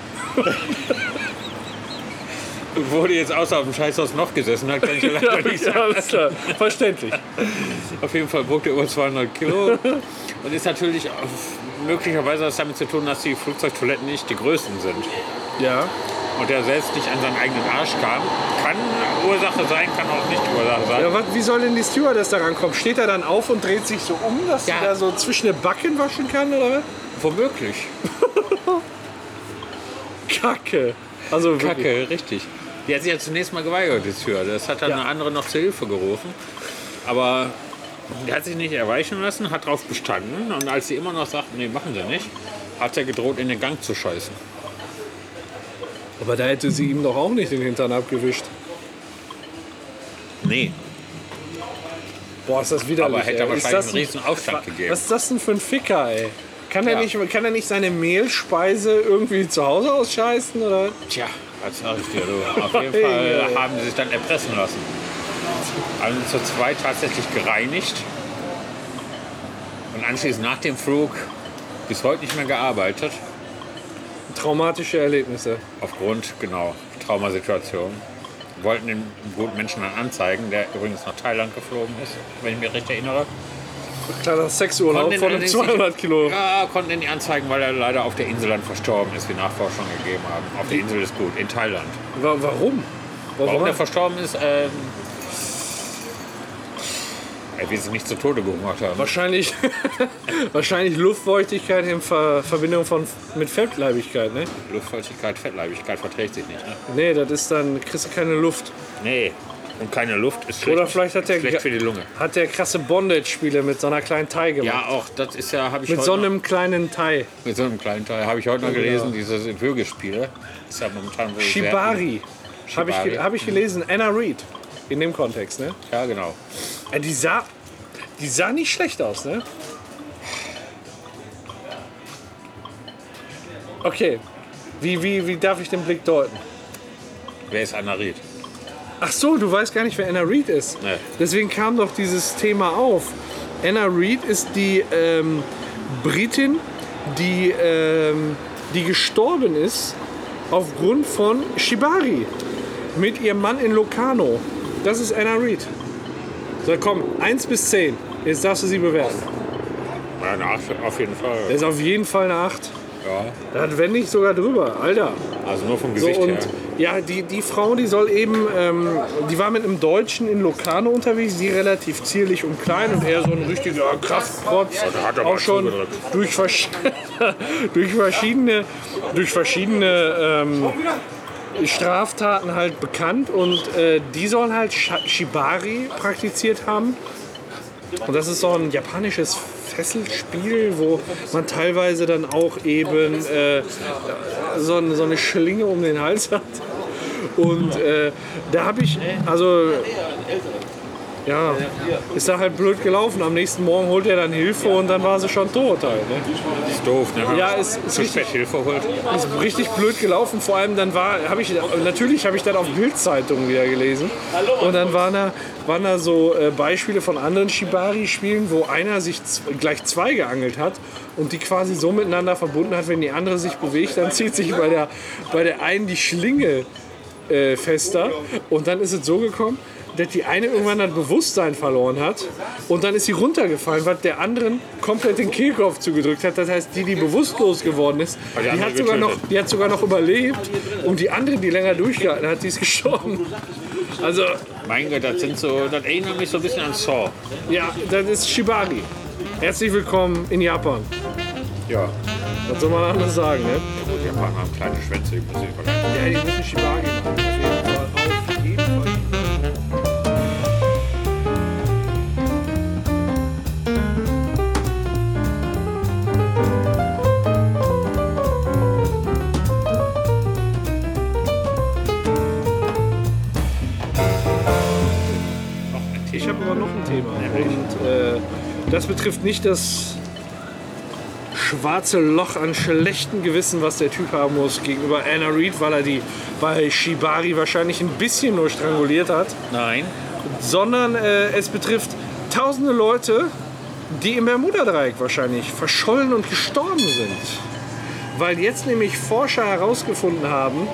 Wurde jetzt außer auf dem Scheißhaus noch gesessen, hat kann ich *laughs* leider
Ja,
nicht
ja,
sagen.
alles klar. Verständlich.
Auf jeden Fall wog der über 200 *laughs* Kilo und ist natürlich auf, möglicherweise hat es damit zu tun, dass die Flugzeugtoiletten nicht die größten sind
Ja.
und der selbst nicht an seinen eigenen Arsch kam. Kann Ursache sein, kann auch nicht Ursache sein.
ja was, wie soll denn die Stewardess da rankommen? Steht er dann auf und dreht sich so um, dass
Ja.
sie da so zwischen den Backen waschen kann, oder was?
Womöglich.
Kacke. Also wirklich.
Kacke, richtig. Die hat sich ja zunächst mal geweigert, die Tür. Das hat dann eine andere noch zur Hilfe gerufen. Aber die hat sich nicht erweichen lassen, hat drauf bestanden. Und als sie immer noch sagt, nee, machen sie nicht, hat er gedroht, in den Gang zu scheißen.
Aber da hätte sie ihm doch auch nicht den Hintern abgewischt.
Nee,
Boah, ist das widerlich.
aber hätte er
ey. Ist
wahrscheinlich
das
einen
ein-
riesen Aufstand gegeben.
Was ist das denn für ein Ficker, ey? Kann er,
Ja.
nicht, kann er nicht seine Mehlspeise irgendwie zu Hause ausscheißen? Oder?
Tja, was sag ich dir, du. Auf jeden
Ei,
Fall
ei, ei.
haben sie sich dann erpressen lassen. Haben sie zu zweit tatsächlich gereinigt und anschließend nach dem Flug bis heute nicht mehr gearbeitet.
Traumatische Erlebnisse.
Aufgrund, genau, Traumasituation. Wollten den guten Menschen dann anzeigen, der übrigens nach Thailand geflogen ist, wenn ich mich recht erinnere.
Kleiner Sexurlaub
Konnten
von einem
allerdings
200 Kilo.
Ja, konnten ihn nicht anzeigen, weil er leider auf der Insel dann verstorben ist, wie Nachforschungen gegeben haben. Auf der Insel ist gut, in Thailand.
Wa- Warum?
Warum
Warum?
er verstorben ist, ähm, Er wird sich nicht zu Tode gehungert haben.
Wahrscheinlich, *laughs* wahrscheinlich Luftfeuchtigkeit in Ver Verbindung von, mit Fettleibigkeit, ne?
Luftfeuchtigkeit, Fettleibigkeit verträgt sich nicht. Ne?
Nee, das ist dann, kriegst du keine Luft.
Nee. Und keine Luft ist schlecht,
Oder vielleicht hat der-
schlecht für die Lunge.
Hat der krasse Bondage-Spiele mit so einer kleinen Thai gemacht.
Ja, auch das ist ja, habe ich
mit Genau.
heute
so
noch-
einem kleinen Thai.
mit so einem kleinen Teil habe ich heute noch gelesen, dieses Würgespiel. Ist ja momentan wohl sehr-
Shibari. Habe ich,
Shibari.
ge- hab ich gelesen. Anna Reed. In dem Kontext, ne?
Ja, genau.
Äh, Die sah, die sah nicht schlecht aus, ne? Okay. Wie, wie, wie darf ich den Blick deuten?
Wer ist Anna Ried?
Ach so, du weißt gar nicht, wer Anna Reed ist.
Nee.
Deswegen kam doch dieses Thema auf. Anna Reed ist die ähm, Britin, die, ähm, die gestorben ist aufgrund von Shibari mit ihrem Mann in Locarno. Das ist Anna Reed. So, komm, 1 bis 10. Jetzt darfst du sie bewerten.
Ja, na, auf jeden Fall.
Das ist auf jeden Fall eine 8.
Ja.
Da hat wenn nicht sogar drüber. Alter.
Also nur vom
So,
Gesicht
und
her.
ja, die, die Frau, die soll eben, ähm, die war mit einem Deutschen in Locarno unterwegs, die relativ zierlich und klein und er so ein richtiger Kraftprotz,
da hat er
auch
mal
schon
zugedrückt.
durch, versch- *laughs* durch verschiedene, durch verschiedene ähm, Straftaten halt bekannt und äh, die sollen halt Sha- Shibari praktiziert haben. Und das ist so ein japanisches Fesselspiel, wo man teilweise dann auch eben äh, so, ein- so eine Schlinge um den Hals hat. Und äh, da habe ich, also, ja, ist da halt blöd gelaufen. Am nächsten Morgen holt er dann Hilfe und dann war sie schon tot halt. Ne?
Ist doof, ne? wenn man
Ja, ist- ist
zu
richtig.
spät Hilfe holt.
ist richtig blöd gelaufen. Vor allem dann war, habe ich, natürlich habe ich dann auf Bildzeitungen wieder gelesen. Und dann waren da, waren da so äh, Beispiele von anderen Shibari-Spielen, wo einer sich z- gleich zwei geangelt hat und die quasi so miteinander verbunden hat, wenn die andere sich bewegt, dann zieht sich bei der, bei der einen die Schlinge äh, fester. Und dann ist es so gekommen, dass die eine irgendwann das Bewusstsein verloren hat und dann ist sie runtergefallen, was der anderen komplett den Kehlkopf zugedrückt hat. Das heißt, die, die bewusstlos geworden ist,
die
die
andere
hat, sogar noch,
getötet.
die hat sogar noch überlebt und die andere, die länger durchgehalten hat, die ist *laughs* gestorben. Also,
Mein Gott, das sind so, das erinnert mich so ein bisschen an Saw.
ja, das ist Shibari. Herzlich willkommen in Japan.
Ja.
Was soll man anders sagen, ne?
Die Japaner haben kleine Schwänze, die müssen vergleichen.
Ja, die müssen Shibari machen. Auf jeden Fall. Ich habe aber noch ein Thema. Und äh, das betrifft nicht das schwarze Loch an schlechtem Gewissen, was der Typ haben muss gegenüber Anna Reed, weil er die bei Shibari wahrscheinlich ein bisschen nur stranguliert hat,
Nein.
sondern äh, es betrifft tausende Leute, die im Bermuda-Dreieck wahrscheinlich verschollen und gestorben sind. Weil jetzt nämlich Forscher herausgefunden haben,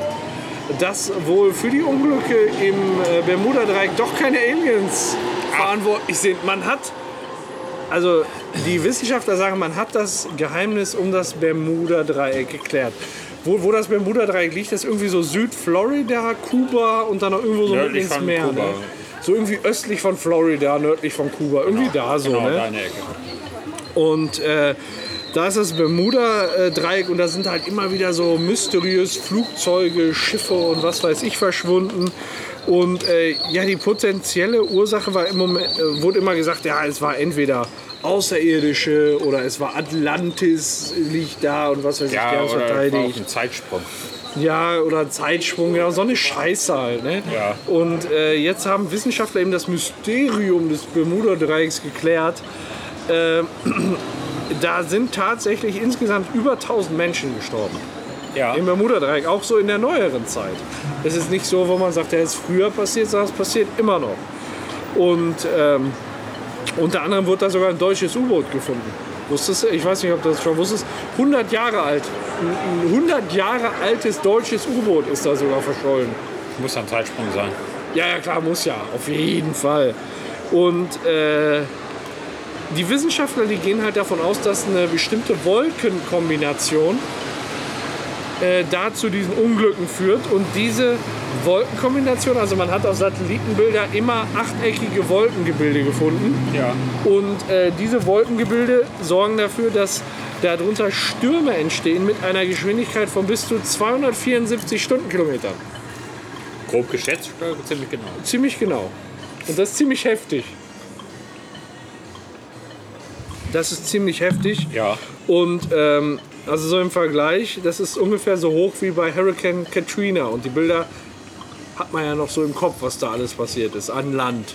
dass wohl für die Unglücke im äh, Bermuda-Dreieck doch keine Aliens verantwortlich sind. Man hat, also die Wissenschaftler sagen, man hat das Geheimnis um das Bermuda-Dreieck geklärt. Wo, wo das Bermuda-Dreieck liegt, das ist irgendwie so Südflorida, Kuba und dann noch irgendwo so mitten
Nördlich
ins
von
Meer.
Kuba.
Ne? So irgendwie östlich von Florida, nördlich von Kuba, irgendwie da so.
Genau,
ne?
deine Ecke.
Und äh, da ist das Bermuda-Dreieck und da sind halt immer wieder so mysteriös Flugzeuge, Schiffe und was weiß ich verschwunden. Und äh, ja, die potenzielle Ursache war im Moment, äh, wurde immer gesagt, ja, es war entweder Außerirdische oder es war Atlantis liegt da und was weiß ich,
Ja,
der uns
oder es war auch
verteidigt.
ein Zeitsprung.
Ja, oder ein Zeitsprung, ja, so eine Scheiße halt. Ne?
Ja.
Und äh, jetzt haben Wissenschaftler eben das Mysterium des Bermuda-Dreiecks geklärt. Ähm, *clears throat* da sind tatsächlich insgesamt über 1000 Menschen gestorben.
Ja.
Im Bermuda-Dreieck, auch so in der neueren Zeit. Es ist nicht so, wo man sagt, der ist früher passiert, sondern es passiert immer noch. Und ähm, unter anderem wurde da sogar ein deutsches U-Boot gefunden. Wusstest du? Ich weiß nicht, ob du das schon wusstest. 100 Jahre alt. Ein ein 100 Jahre altes deutsches U-Boot ist da sogar verschollen.
Muss ein Zeitsprung sein.
Ja, ja, klar, muss ja. Auf jeden Fall. Und äh, die Wissenschaftler, die gehen halt davon aus, dass eine bestimmte Wolkenkombination äh, da zu diesen Unglücken führt. Und diese Wolkenkombination. Also man hat auf Satellitenbilder immer achteckige Wolkengebilde gefunden.
Ja.
Und äh, diese Wolkengebilde sorgen dafür, dass darunter Stürme entstehen mit einer Geschwindigkeit von bis zu 274 Stundenkilometern.
Grob geschätzt, oder? ziemlich genau.
Ziemlich genau. Und das ist ziemlich heftig. Das ist ziemlich heftig.
Ja.
Und ähm, also so im Vergleich, das ist ungefähr so hoch wie bei Hurricane Katrina. Und die Bilder hat man ja noch so im Kopf, was da alles passiert ist, an Land.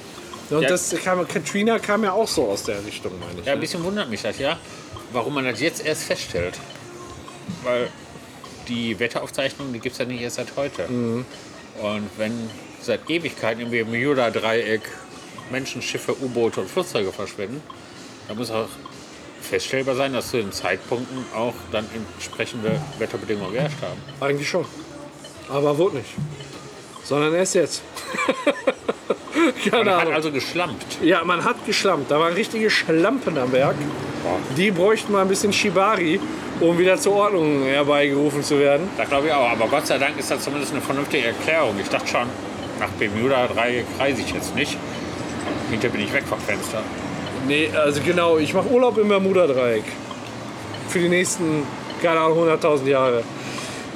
Und
Ja.
das kam, Katrina kam ja auch so aus der Richtung, meine ich. ne?
Ja,
Ja,
ein bisschen wundert mich das, ja, warum man das jetzt erst feststellt. Weil die Wetteraufzeichnung, die gibt es ja nicht erst seit heute.
Mhm.
Und wenn seit Ewigkeiten irgendwie im Bermuda-Dreieck Menschen, Schiffe, U-Boote und Flugzeuge verschwinden, dann muss auch feststellbar sein, dass zu den Zeitpunkten auch dann entsprechende Wetterbedingungen geherrscht haben.
Eigentlich schon. Aber wurde nicht. Sondern erst jetzt. Keine
Man
Ahnung.
hat also geschlampt.
Ja, man hat geschlampt. Da waren richtige Schlampen am Werk. Die bräuchten mal ein bisschen Shibari, um wieder zur Ordnung herbeigerufen zu werden.
Das glaube ich auch. Aber Gott sei Dank ist das zumindest eine vernünftige Erklärung. Ich dachte schon, nach Bermuda Dreieck reise ich jetzt nicht. Hinter bin ich weg vom Fenster.
Nee, also genau, ich mache Urlaub im Bermuda-Dreieck. Für die nächsten, keine Ahnung, 100.000 Jahre.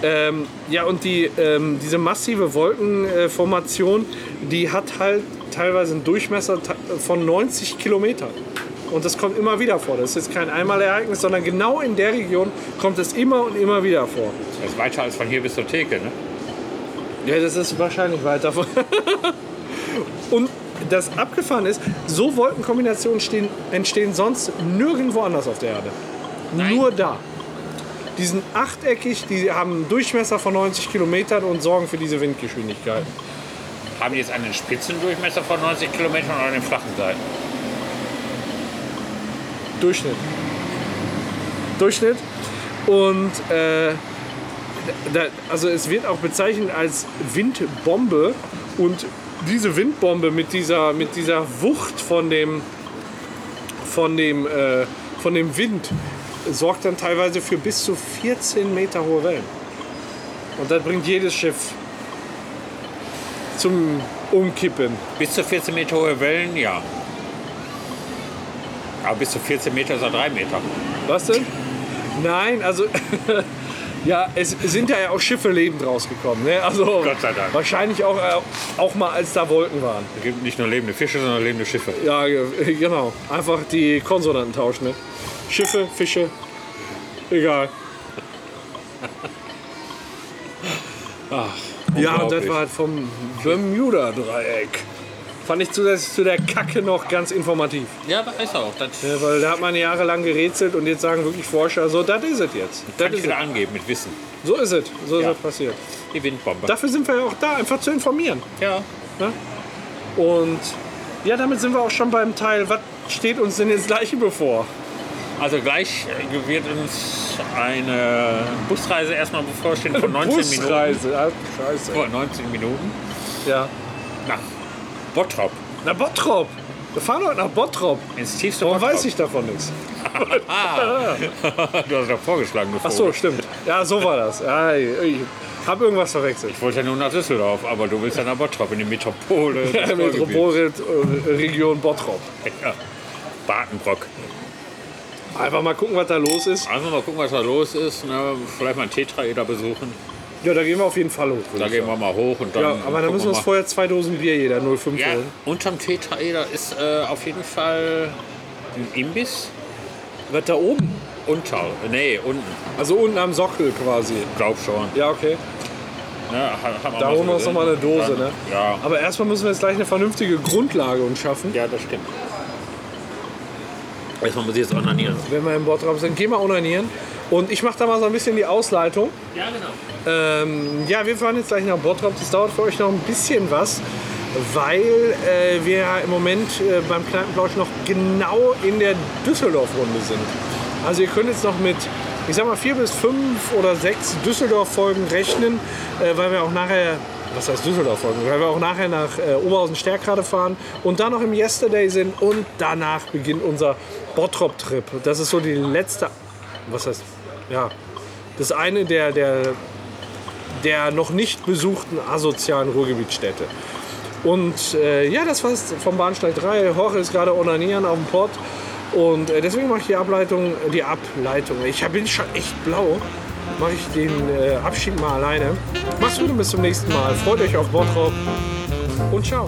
Ähm, ja, und die, ähm, diese massive Wolkenformation, die hat halt teilweise einen Durchmesser ta- von 90 Kilometern. Und das kommt immer wieder vor. Das ist jetzt kein Einmalereignis, sondern genau in der Region kommt es immer und immer wieder vor.
Das ist weiter als von hier bis zur Theke, ne?
Ja, das ist wahrscheinlich weit davon. *laughs* Und das abgefahren ist, so Wolkenkombinationen stehen, entstehen sonst nirgendwo anders auf der Erde. Nur da. Die sind achteckig, die haben einen Durchmesser von 90 Kilometern und sorgen für diese Windgeschwindigkeit.
Haben die jetzt einen Spitzendurchmesser von 90 Kilometern oder einen flachen Seiten?
Durchschnitt. Durchschnitt. Und äh, da, also es wird auch bezeichnet als Windbombe. Und diese Windbombe mit dieser, mit dieser Wucht von dem, von, dem, äh, von dem Wind sorgt dann teilweise für bis zu 14 Meter hohe Wellen. Und das bringt jedes Schiff zum Umkippen.
Bis zu 14 Meter hohe Wellen, ja. Aber bis zu 14 Meter ist er 3 Meter.
Was denn? Nein, also. *laughs* ja, es sind ja auch Schiffe lebend rausgekommen. Ne? Also
Gott sei Dank.
Wahrscheinlich auch, äh, auch mal, als da Wolken waren.
Es gibt nicht nur lebende Fische, sondern lebende Schiffe.
Ja, ge- *laughs* genau. Einfach die Konsonanten tauschen. Ne? Schiffe, Fische.
*laughs*
Egal. Ach, ja, und das
unglaublich.
war halt vom Bermuda-Dreieck. Fand ich zusätzlich zu der Kacke noch ganz informativ.
Ja, aber ist auch. Das
Ne? Weil da hat man jahrelang gerätselt und jetzt sagen wirklich Forscher, so, das is ist es jetzt.
kann
Das
ich
is it.
wieder angeben mit Wissen.
So ist es. So ist
Ja.
es passiert.
Die Windbombe.
Dafür sind wir ja auch da, einfach zu informieren. Ne?
ja.
Und ja, damit sind wir auch schon beim Teil, was steht uns denn jetzt gleich bevor?
Also gleich äh, wird uns eine Busreise erstmal bevorstehen von 19 Minuten.
Busreise. Ah, scheiße.
Vor 19 Minuten
Ja.
nach Bottrop.
Na, Bottrop. Wir fahren heute nach Bottrop.
Ins tiefste
Warum
Bottrop. Ah.
Oh, weiß ich davon nichts? *laughs*
du hast doch vorgeschlagen, du
Ach so,
Vogel.
stimmt. Oh. Ja, so war das. Ja, ich hab irgendwas verwechselt.
Ich wollte ja nur nach Düsseldorf, aber du willst ja nach Bottrop in die
*laughs*
Metropole. des Ruhrgebiets.
Metropolregion äh, Bottrop.
Ja. Bartenbrock.
Einfach mal gucken, was da los ist.
Einfach mal gucken, was da los ist. Ne? Vielleicht mal einen Tetraeder besuchen.
Ja, da gehen wir auf jeden Fall hoch.
Da gehen wir mal hoch und dann.
Ja, aber da
gucken
müssen wir uns
mal.
vorher zwei Dosen Bier jeder 05
Ja,
holen.
unterm Tetraeder ist äh, auf jeden Fall ein Imbiss.
Was da oben?
Unter. Nee, unten.
Also unten am Sockel quasi.
Glaub schon.
Ja, okay.
Ne? ha- Haben
Da
mal so
holen wir uns
gesehen.
nochmal eine Dose,
Dann-
ne?
Ja.
Aber erstmal müssen wir jetzt gleich eine vernünftige Grundlage uns schaffen.
Ja, das stimmt. Erstmal muss ich jetzt ordnieren.
Wenn wir im Bottrop sind, gehen wir onanieren. Und ich mache da mal so ein bisschen die Ausleitung.
Ja, genau.
Ähm, ja, wir fahren jetzt gleich nach Bottrop. Das dauert für euch noch ein bisschen was, weil äh, wir ja im Moment äh, beim Kneipenplausch noch genau in der Düsseldorf-Runde sind. Also ihr könnt jetzt noch mit, ich sag mal, vier bis fünf oder sechs Düsseldorf-Folgen rechnen, äh, weil wir auch nachher, was heißt Düsseldorf-Folgen, weil wir auch nachher nach äh, Oberhausen-Stärkrade fahren und dann noch im Yesterday sind und danach beginnt unser Bottrop-Trip. Das ist so die letzte, was heißt, ja, das ist eine der, der der noch nicht besuchten asozialen Ruhrgebietsstädte. Und äh, ja, das war's vom Bahnsteig 3. Jorge ist gerade onanieren auf dem Pott. Und äh, deswegen mache ich die Ableitung, die Ableitung. Ich hab- bin schon echt blau. Mache ich den äh, Abschied mal alleine. Macht's gut und bis zum nächsten Mal. Freut euch auf Bottrop und ciao.